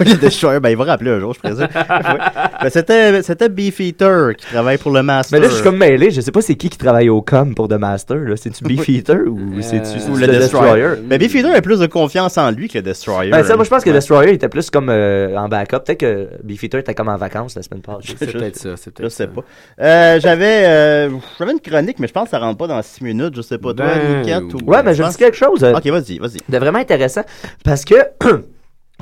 Speaker 6: Oui, le Destroyer, ben il va rappeler un jour, je présume. Oui. Ben, c'était, c'était Beefeater qui travaille pour le Master.
Speaker 7: Mais là, je suis comme mêlé. Je sais pas c'est qui qui travaille au com pour The Master. Là. C'est-tu Beefeater
Speaker 8: Euh,
Speaker 7: ou c'est-tu
Speaker 6: Ou le, Destroyer. Mais Beefeater a plus de confiance en lui que le Destroyer.
Speaker 7: Ben, ça, moi, je pense que
Speaker 6: Ouais.
Speaker 7: Destroyer était plus comme euh, en backup. Peut-être que Beefeater était comme en vacances la semaine passée.
Speaker 8: C'est peut-être ça. C'est
Speaker 6: Je
Speaker 8: peut-être
Speaker 6: sais pas. Euh, j'avais, euh, j'avais une chronique, mais je pense que ça rentre pas dans 6 minutes. Je sais pas, toi,
Speaker 8: Ben,
Speaker 6: Niquette, ou...
Speaker 7: Ouais, mais je
Speaker 6: je
Speaker 7: me
Speaker 6: pense-
Speaker 7: dis quelque chose. euh,
Speaker 6: Ok, vas-y, vas-y.
Speaker 7: de vraiment intéressant parce que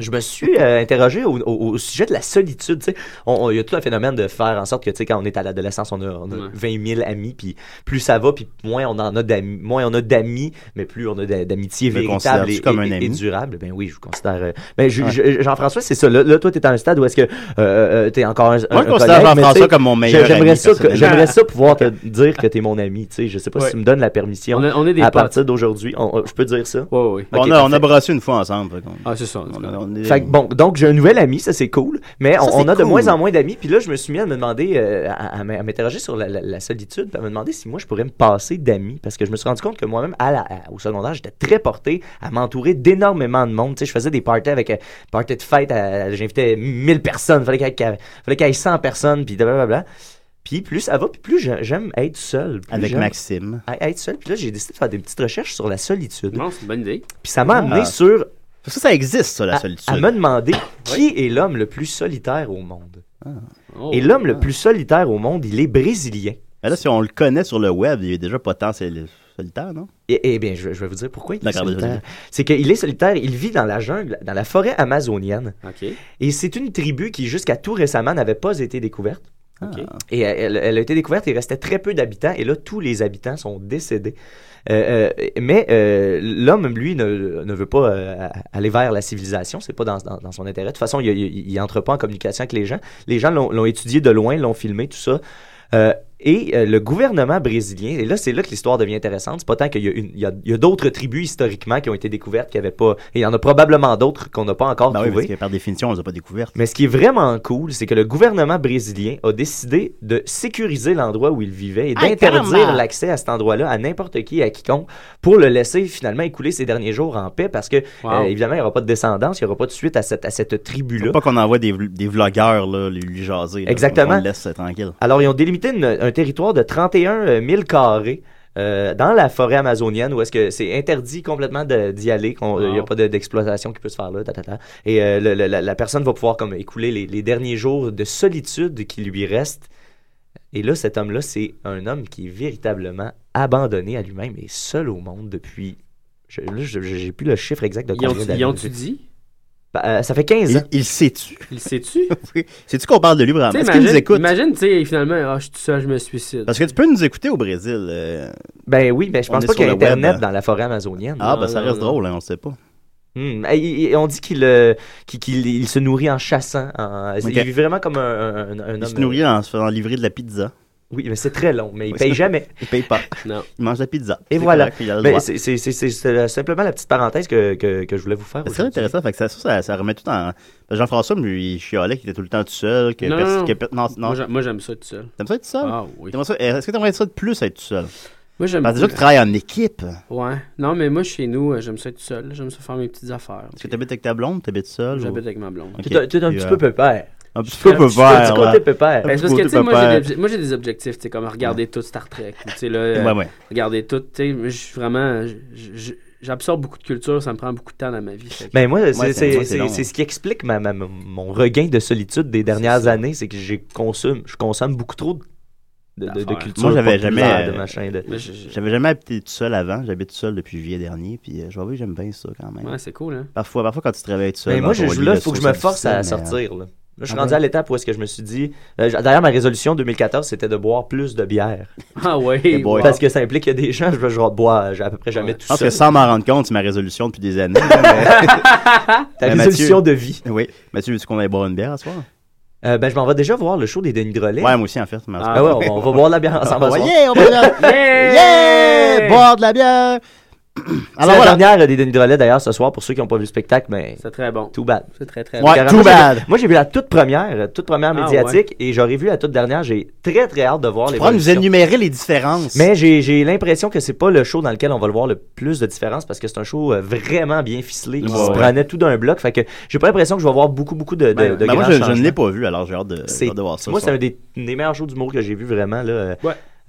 Speaker 7: Je me suis euh, interrogé au, au- au sujet de la solitude. tu sais. On- on- Il y a tout un phénomène de faire en sorte que tu sais, quand on est à l'adolescence, on a, on a
Speaker 8: Ouais.
Speaker 7: 20 000 amis, puis plus ça va, puis moins on en a d'amis, moins on a d'amis, mais plus on a d'a- d'amitié
Speaker 6: Me
Speaker 7: véritable
Speaker 6: considères-tu
Speaker 7: et,
Speaker 6: comme
Speaker 7: et-
Speaker 6: un
Speaker 7: et
Speaker 6: ami?
Speaker 7: durable. Ben oui, je vous considère. euh, ben, je-
Speaker 6: Ouais.
Speaker 7: je- Jean-François, c'est ça. Là, là, toi, t'es à un stade où est-ce que euh, euh, t'es encore un,
Speaker 6: Moi, je
Speaker 7: un
Speaker 6: considère
Speaker 7: collègue, mais
Speaker 6: Jean-François
Speaker 7: tu sais,
Speaker 6: comme mon meilleur
Speaker 7: J'aimerais
Speaker 6: ami,
Speaker 7: ça, que-
Speaker 6: personnellement.
Speaker 7: j'aimerais ça pouvoir te dire que t'es mon ami. Tu sais, je sais pas
Speaker 6: Ouais.
Speaker 7: si tu me donnes la permission.
Speaker 6: On est- on est des
Speaker 7: à
Speaker 6: potes.
Speaker 7: partir d'aujourd'hui, on- on- je peux dire ça.
Speaker 6: oui.
Speaker 7: Ok,
Speaker 6: on, a, on a
Speaker 7: parfait.
Speaker 6: brassé une fois ensemble.
Speaker 8: Ah, c'est ça. en tout cas.
Speaker 7: Fait que bon, donc j'ai un nouvel ami, ça c'est cool, mais
Speaker 8: Ça,
Speaker 7: on, on
Speaker 8: c'est
Speaker 7: a de
Speaker 8: cool.
Speaker 7: moins en moins d'amis. Puis là, je me suis mis à me demander, euh, à, à m- à m'interroger sur la, la- la solitude, puis à me demander si moi je pourrais me passer d'amis, parce que je me suis rendu compte que moi-même, à la- à- au secondaire, j'étais très porté à m'entourer d'énormément de monde. Tu sais, je faisais des parties avec euh, parties de fête, à- j'invitais 1000 personnes, fallait qu'il y ait- fallait qu'il y ait 100 personnes, puis blablabla. Puis plus ça va, puis plus j'a- j'aime être seul. plus
Speaker 6: Avec
Speaker 7: j'aime
Speaker 6: Maxime.
Speaker 7: à- Être seul, puis là j'ai décidé de faire des petites recherches sur la solitude.
Speaker 8: Non, c'est une bonne idée.
Speaker 7: Puis ça m'a amené
Speaker 8: Ah.
Speaker 7: sur.
Speaker 6: Parce que ça existe, ça, la
Speaker 7: à-
Speaker 6: solitude.
Speaker 7: À, me demander qui est l'homme le plus solitaire au monde.
Speaker 8: Oh.
Speaker 7: Et l'homme le plus solitaire au monde, il est brésilien.
Speaker 6: Mais là, si on le connaît sur le web, il est déjà pas tant sol- solitaire, non?
Speaker 7: Eh bien, je, je vais vous dire pourquoi il est
Speaker 6: D'accord, vas-y,
Speaker 7: solitaire.
Speaker 6: vas-y.
Speaker 7: C'est qu'il est solitaire, il vit dans la jungle, dans la forêt amazonienne. Et c'est une tribu qui, jusqu'à tout récemment, n'avait pas été découverte.
Speaker 6: Ah.
Speaker 7: Et elle, elle a été découverte, il restait très peu d'habitants, et là, tous les habitants sont décédés. Euh, euh, mais euh, l'homme, lui, ne, ne veut pas euh, aller vers la civilisation, c'est pas dans, dans- dans son intérêt. De toute façon, il, il, il entre pas en communication avec les gens. Les gens l'ont l'ont étudié de loin, l'ont filmé, tout ça. Euh, et euh, le gouvernement brésilien, et là, c'est là que l'histoire devient intéressante. C'est pas tant qu'il y a, une- il y a- il y a d'autres tribus historiquement qui ont été découvertes, qui n'avaient pas. Et il y en a probablement d'autres qu'on n'a pas encore
Speaker 6: Ben oui,
Speaker 7: trouvées.
Speaker 6: parce que par définition, on les a pas découvertes.
Speaker 7: Mais ce qui est vraiment cool, c'est que le gouvernement brésilien a décidé de sécuriser l'endroit où il vivait et
Speaker 6: Ah,
Speaker 7: d'interdire
Speaker 6: carrément!
Speaker 7: l'accès à cet endroit-là à n'importe qui, à quiconque, pour le laisser finalement écouler ses derniers jours en paix parce que,
Speaker 6: Wow.
Speaker 7: euh, évidemment, il n'y aura pas de descendance, il n'y aura pas de suite à cette, à cette tribu-là.
Speaker 6: Faut pas qu'on envoie des, vl- des vlogueurs, là, lui, lui jaser. là.
Speaker 7: Exactement.
Speaker 6: On le laisse euh, tranquille.
Speaker 7: Alors, ils ont délimité une- un territoire de 31 000 carrés. euh, dans la forêt amazonienne, où est-ce que c'est interdit complètement de- d'y aller, qu'on- il n'y a
Speaker 8: Wow.
Speaker 7: pas de- d'exploitation qui peut se faire là, ta, ta, ta. et euh, le- le- la, la personne va pouvoir comme écouler les, les derniers jours de solitude qui lui restent. Et là, cet homme-là, c'est un homme qui est véritablement abandonné à lui-même et seul au monde depuis. Je, là, je- je- j'ai plus le chiffre exact de
Speaker 8: Ils ont-
Speaker 7: combien d'années.
Speaker 8: ils ont-tu dit
Speaker 7: Ben, euh, Ça fait 15 ans.
Speaker 6: Il, il sait-tu?
Speaker 8: Il sait-tu?
Speaker 6: oui. Sais-tu qu'on parle de lui vraiment?
Speaker 8: Tu sais,
Speaker 6: Est-ce qu'il nous
Speaker 8: imagine-
Speaker 6: écoute?
Speaker 8: Imagine, tu sais, finalement, ah, je suis tout seul, je me suicide.
Speaker 6: Parce que tu peux nous écouter au Brésil. euh,
Speaker 7: Ben oui, mais je pense pas qu'il y a Internet dans la forêt amazonienne.
Speaker 6: Ah,
Speaker 7: Non,
Speaker 6: ben ça
Speaker 7: non,
Speaker 6: reste
Speaker 7: non.
Speaker 6: drôle, hein, on sait pas.
Speaker 7: Hmm. Et- et- et on dit qu'il euh, qu'il- qu'il- il se nourrit en chassant. en-
Speaker 6: Ok.
Speaker 7: Il vit vraiment comme un, un- un homme. euh,
Speaker 6: Il se nourrit en se faisant livrer de la pizza.
Speaker 7: Oui, mais c'est très long, mais il
Speaker 6: Oui,
Speaker 7: paye
Speaker 6: ça-
Speaker 7: jamais.
Speaker 6: il paye pas.
Speaker 8: Non.
Speaker 6: Il mange la pizza.
Speaker 7: Et
Speaker 6: C'est
Speaker 7: voilà.
Speaker 6: correct, il a le
Speaker 7: Mais
Speaker 6: droit.
Speaker 7: c'est- c'est- c'est c'est- c'est la- simplement la petite parenthèse que, que- que je voulais vous faire.
Speaker 6: Ben, C'est très intéressant, fait que ça, ça, ça- ça remet tout en. parce que Jean-François, lui, il chialait qu'il était tout le temps tout seul. Que
Speaker 8: Non,
Speaker 6: pers-
Speaker 8: non,
Speaker 6: que
Speaker 8: non.
Speaker 6: per- non, non.
Speaker 8: Moi, j'a- moi, j'aime ça tout seul.
Speaker 6: T'aimes ça être tout seul?
Speaker 8: Ah oui.
Speaker 6: T'aimerais ça- euh, Est-ce que t'aimerais ça de plus être tout seul?
Speaker 8: Moi, j'aime
Speaker 6: Parce que déjà,
Speaker 8: plus-
Speaker 6: tu travailles en équipe.
Speaker 8: Ouais. Non, mais moi, chez nous, euh, j'aime ça être tout seul. J'aime ça faire mes petites affaires.
Speaker 6: Est-ce que t'habites avec ta blonde? T'habites seul?
Speaker 8: J'habite avec ma blonde.
Speaker 6: Ok.
Speaker 7: T'es un- t'es un
Speaker 6: Puis,
Speaker 7: petit
Speaker 6: euh,
Speaker 7: peu pépère.
Speaker 6: Un petit peu
Speaker 8: Un petit peu
Speaker 6: pépère.
Speaker 7: du côté
Speaker 6: ouais.
Speaker 7: pépère.
Speaker 6: Un
Speaker 8: Ben,
Speaker 6: petit
Speaker 8: c'est parce que,
Speaker 6: côté
Speaker 8: tu sais, moi, j'ai
Speaker 6: pépère.
Speaker 8: des obje- moi, j'ai des objectifs, tu sais, comme regarder tout Star Trek, ou, tu sais, là, euh,
Speaker 6: Ouais, ouais.
Speaker 8: regarder tout, tu sais, moi, je suis vraiment, je- je- j'absorbe beaucoup de culture, ça me prend beaucoup de temps dans ma vie. fait que-
Speaker 7: Mais Ben, moi,
Speaker 8: Ouais,
Speaker 7: c'est- c'est
Speaker 8: long,
Speaker 7: c'est- c'est
Speaker 8: hein.
Speaker 7: ce qui explique ma- ma- mon- mon regain de solitude des dernières années, c'est que j'ai consomme, je consomme beaucoup trop de, de- de,
Speaker 6: D'affaires.
Speaker 7: culture
Speaker 6: Moi, j'avais
Speaker 7: populaire,
Speaker 6: jamais.
Speaker 7: de machin, de-
Speaker 8: Mais je-
Speaker 6: J'avais jamais habité tout seul avant. J'habite tout seul depuis juillet dernier. Puis euh, je vais avouer que j'aime bien ça quand même.
Speaker 8: Ouais, c'est cool, hein.
Speaker 6: Parfois, parfois quand tu travailles tout seul.
Speaker 7: Mais moi,
Speaker 6: dans
Speaker 7: je,
Speaker 6: ton
Speaker 7: je-
Speaker 6: lit,
Speaker 7: là, il faut que je
Speaker 6: trouve
Speaker 7: me
Speaker 6: ça
Speaker 7: force à
Speaker 6: difficile, mais, euh,
Speaker 7: sortir. Là, Là, je suis
Speaker 6: Ah
Speaker 7: rendu
Speaker 6: ouais?
Speaker 7: à l'étape où est-ce que je me suis dit. euh, j- D'ailleurs, ma résolution 2014, c'était de boire plus de bière.
Speaker 8: Ah ouais.
Speaker 7: Parce que ça implique qu'il y a des gens, je, je bois à peu près jamais
Speaker 6: Je
Speaker 7: tout
Speaker 6: pense
Speaker 7: seul.
Speaker 6: Ah, que sans m'en rendre compte, c'est ma résolution depuis des années. mais-
Speaker 7: Ta
Speaker 6: Mais
Speaker 7: résolution
Speaker 6: Mathieu-
Speaker 7: de vie.
Speaker 6: Oui. Mathieu, veux-tu qu'on aille boire une bière à soir?
Speaker 7: Euh, ben, je m'en vais déjà voir le show des Denis Drolet.
Speaker 6: Ouais, moi aussi, en fait. mais en tout
Speaker 7: Ah,
Speaker 6: cas.
Speaker 7: ouais, on, on va boire de la bière ensemble.
Speaker 6: On va-
Speaker 7: ce soir.
Speaker 6: Ah, bah, yeah, on va boire-
Speaker 7: Yeah!
Speaker 6: Yeah! Boire de la bière!
Speaker 7: C'est
Speaker 6: Alors
Speaker 7: la
Speaker 6: voilà.
Speaker 7: dernière euh, des Denis Drolet, d'ailleurs, ce soir, pour ceux qui n'ont pas vu le spectacle, mais.
Speaker 8: C'est très bon.
Speaker 7: Too bad.
Speaker 8: C'est très, très
Speaker 7: Moi,
Speaker 8: bon.
Speaker 7: carrément,
Speaker 8: Too
Speaker 7: j'ai vu-
Speaker 8: bad.
Speaker 7: Moi, j'ai vu la toute première, euh, toute première
Speaker 8: Ah,
Speaker 7: médiatique, et j'aurais vu la toute dernière. J'ai très, très hâte de voir les
Speaker 6: pourras nous énumérer les différences.
Speaker 7: Mais j'ai j'ai l'impression que c'est pas le show dans lequel on va le voir le plus de différences parce que c'est un show euh, vraiment bien ficelé qui
Speaker 6: Ouais,
Speaker 7: se
Speaker 6: ouais.
Speaker 7: prenait tout d'un bloc. Fait que j'ai pas l'impression que je vais voir beaucoup, beaucoup de, de,
Speaker 6: Ben,
Speaker 7: de
Speaker 6: ben, moi,
Speaker 7: grands
Speaker 6: je, je ne
Speaker 7: changements.
Speaker 6: l'ai pas vu, alors j'ai hâte de, j'ai
Speaker 7: C'est-
Speaker 6: hâte de voir ça.
Speaker 7: Moi,
Speaker 6: ce
Speaker 7: c'est
Speaker 6: soir.
Speaker 7: un des, des meilleurs shows d'humour que j'ai vu vraiment. Là. Euh,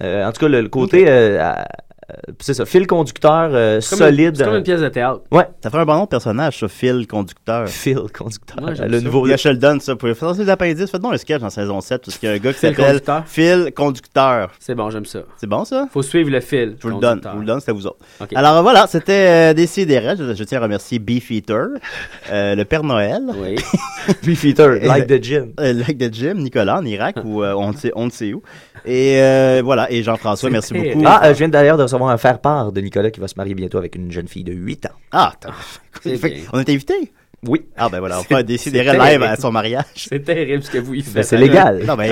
Speaker 7: euh, en tout cas, le, le côté euh, à- euh, c'est ça, fil conducteur euh,
Speaker 8: C'est comme une-
Speaker 7: solide.
Speaker 8: c'est comme une pièce de théâtre.
Speaker 7: Ouais.
Speaker 6: Ça fait un bon nom de personnage, ça, Phil Conducteur.
Speaker 7: Phil Conducteur.
Speaker 8: Ouais, j'aime
Speaker 6: le
Speaker 8: ça.
Speaker 6: nouveau. Il y a Sheldon, ça. Vous pouvez faire des appendices. Faites donc un sketch en saison 7 parce qu'il y a un gars qui
Speaker 8: Phil
Speaker 6: s'appelle
Speaker 8: Conducteur.
Speaker 6: Phil Conducteur.
Speaker 8: C'est bon, j'aime ça.
Speaker 6: C'est bon, ça?
Speaker 8: Faut suivre le fil.
Speaker 6: Je vous le donne. Je vous le donne, c'est à vous autres.
Speaker 8: Ok.
Speaker 6: Alors voilà, c'était euh, Décideret. Je, je tiens à remercier Beefeater, euh, le Père Noël. Euh,
Speaker 8: Oui.
Speaker 7: Beefeater, like the gym.
Speaker 6: like the gym, Nicolas en Irak ou euh, on ne sait- on ne sait où. Et euh, voilà, et Jean-François, merci beaucoup.
Speaker 7: Ah, euh, je viens d'ailleurs de recevoir un faire-part de Nicolas qui va se marier bientôt avec une jeune fille de 8 ans.
Speaker 6: Ah, t'as- Fait que on est invité?
Speaker 7: Oui.
Speaker 6: Ah, ben voilà, on va décider
Speaker 7: c'est
Speaker 6: live
Speaker 7: terrible.
Speaker 6: à son mariage.
Speaker 8: C'est terrible ce que vous y faites.
Speaker 6: Ben, c'est légal. Non, mais-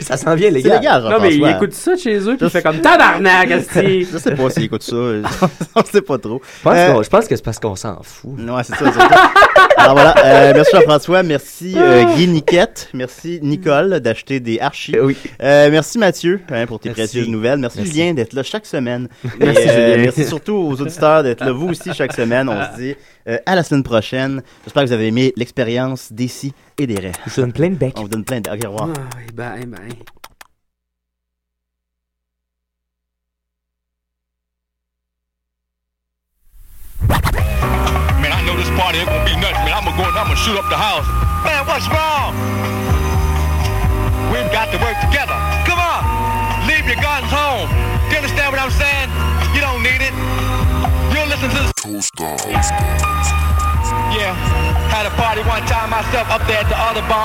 Speaker 7: ça s'en vient légal.
Speaker 6: C'est légal,
Speaker 8: Non, mais il
Speaker 6: Jean-François.
Speaker 8: écoute ça de chez eux, puis il fait comme tabarnak, esti.
Speaker 6: Je sais pas s'il écoute ça. On sait pas trop.
Speaker 7: Je pense,
Speaker 6: Euh,
Speaker 7: qu'on- je pense que c'est parce qu'on s'en fout.
Speaker 6: Ouais, c'est ça. c'est ça. Alors voilà, euh, merci Jean-François, merci euh,
Speaker 8: Ah.
Speaker 6: Guy Niquette, merci Nicole d'acheter des archis. Euh, merci Mathieu hein, pour tes précieuses nouvelles. Merci,
Speaker 7: Merci.
Speaker 6: Julien d'être là chaque semaine.
Speaker 7: Merci,
Speaker 6: Et, euh,
Speaker 7: Julien.
Speaker 6: merci surtout aux auditeurs d'être là, vous aussi, chaque semaine. On se dit euh, à la semaine prochaine. J'espère que vous avez aimé l'expérience d'ici et des rêves. Je
Speaker 7: vous donne plein de becs.
Speaker 6: On vous donne plein de becs. Au revoir.
Speaker 8: Eh ben, eh ben.
Speaker 10: Man, I know this party ain't gonna be nothing. Man, I'm gonna go and I'm gonna shoot up the house. Man, what's wrong? We've got to work together. Come on, leave your guns home. You understand what I'm saying? You don't need it. You'll listen to the. Yeah, had a party one time myself up there at the Audubon.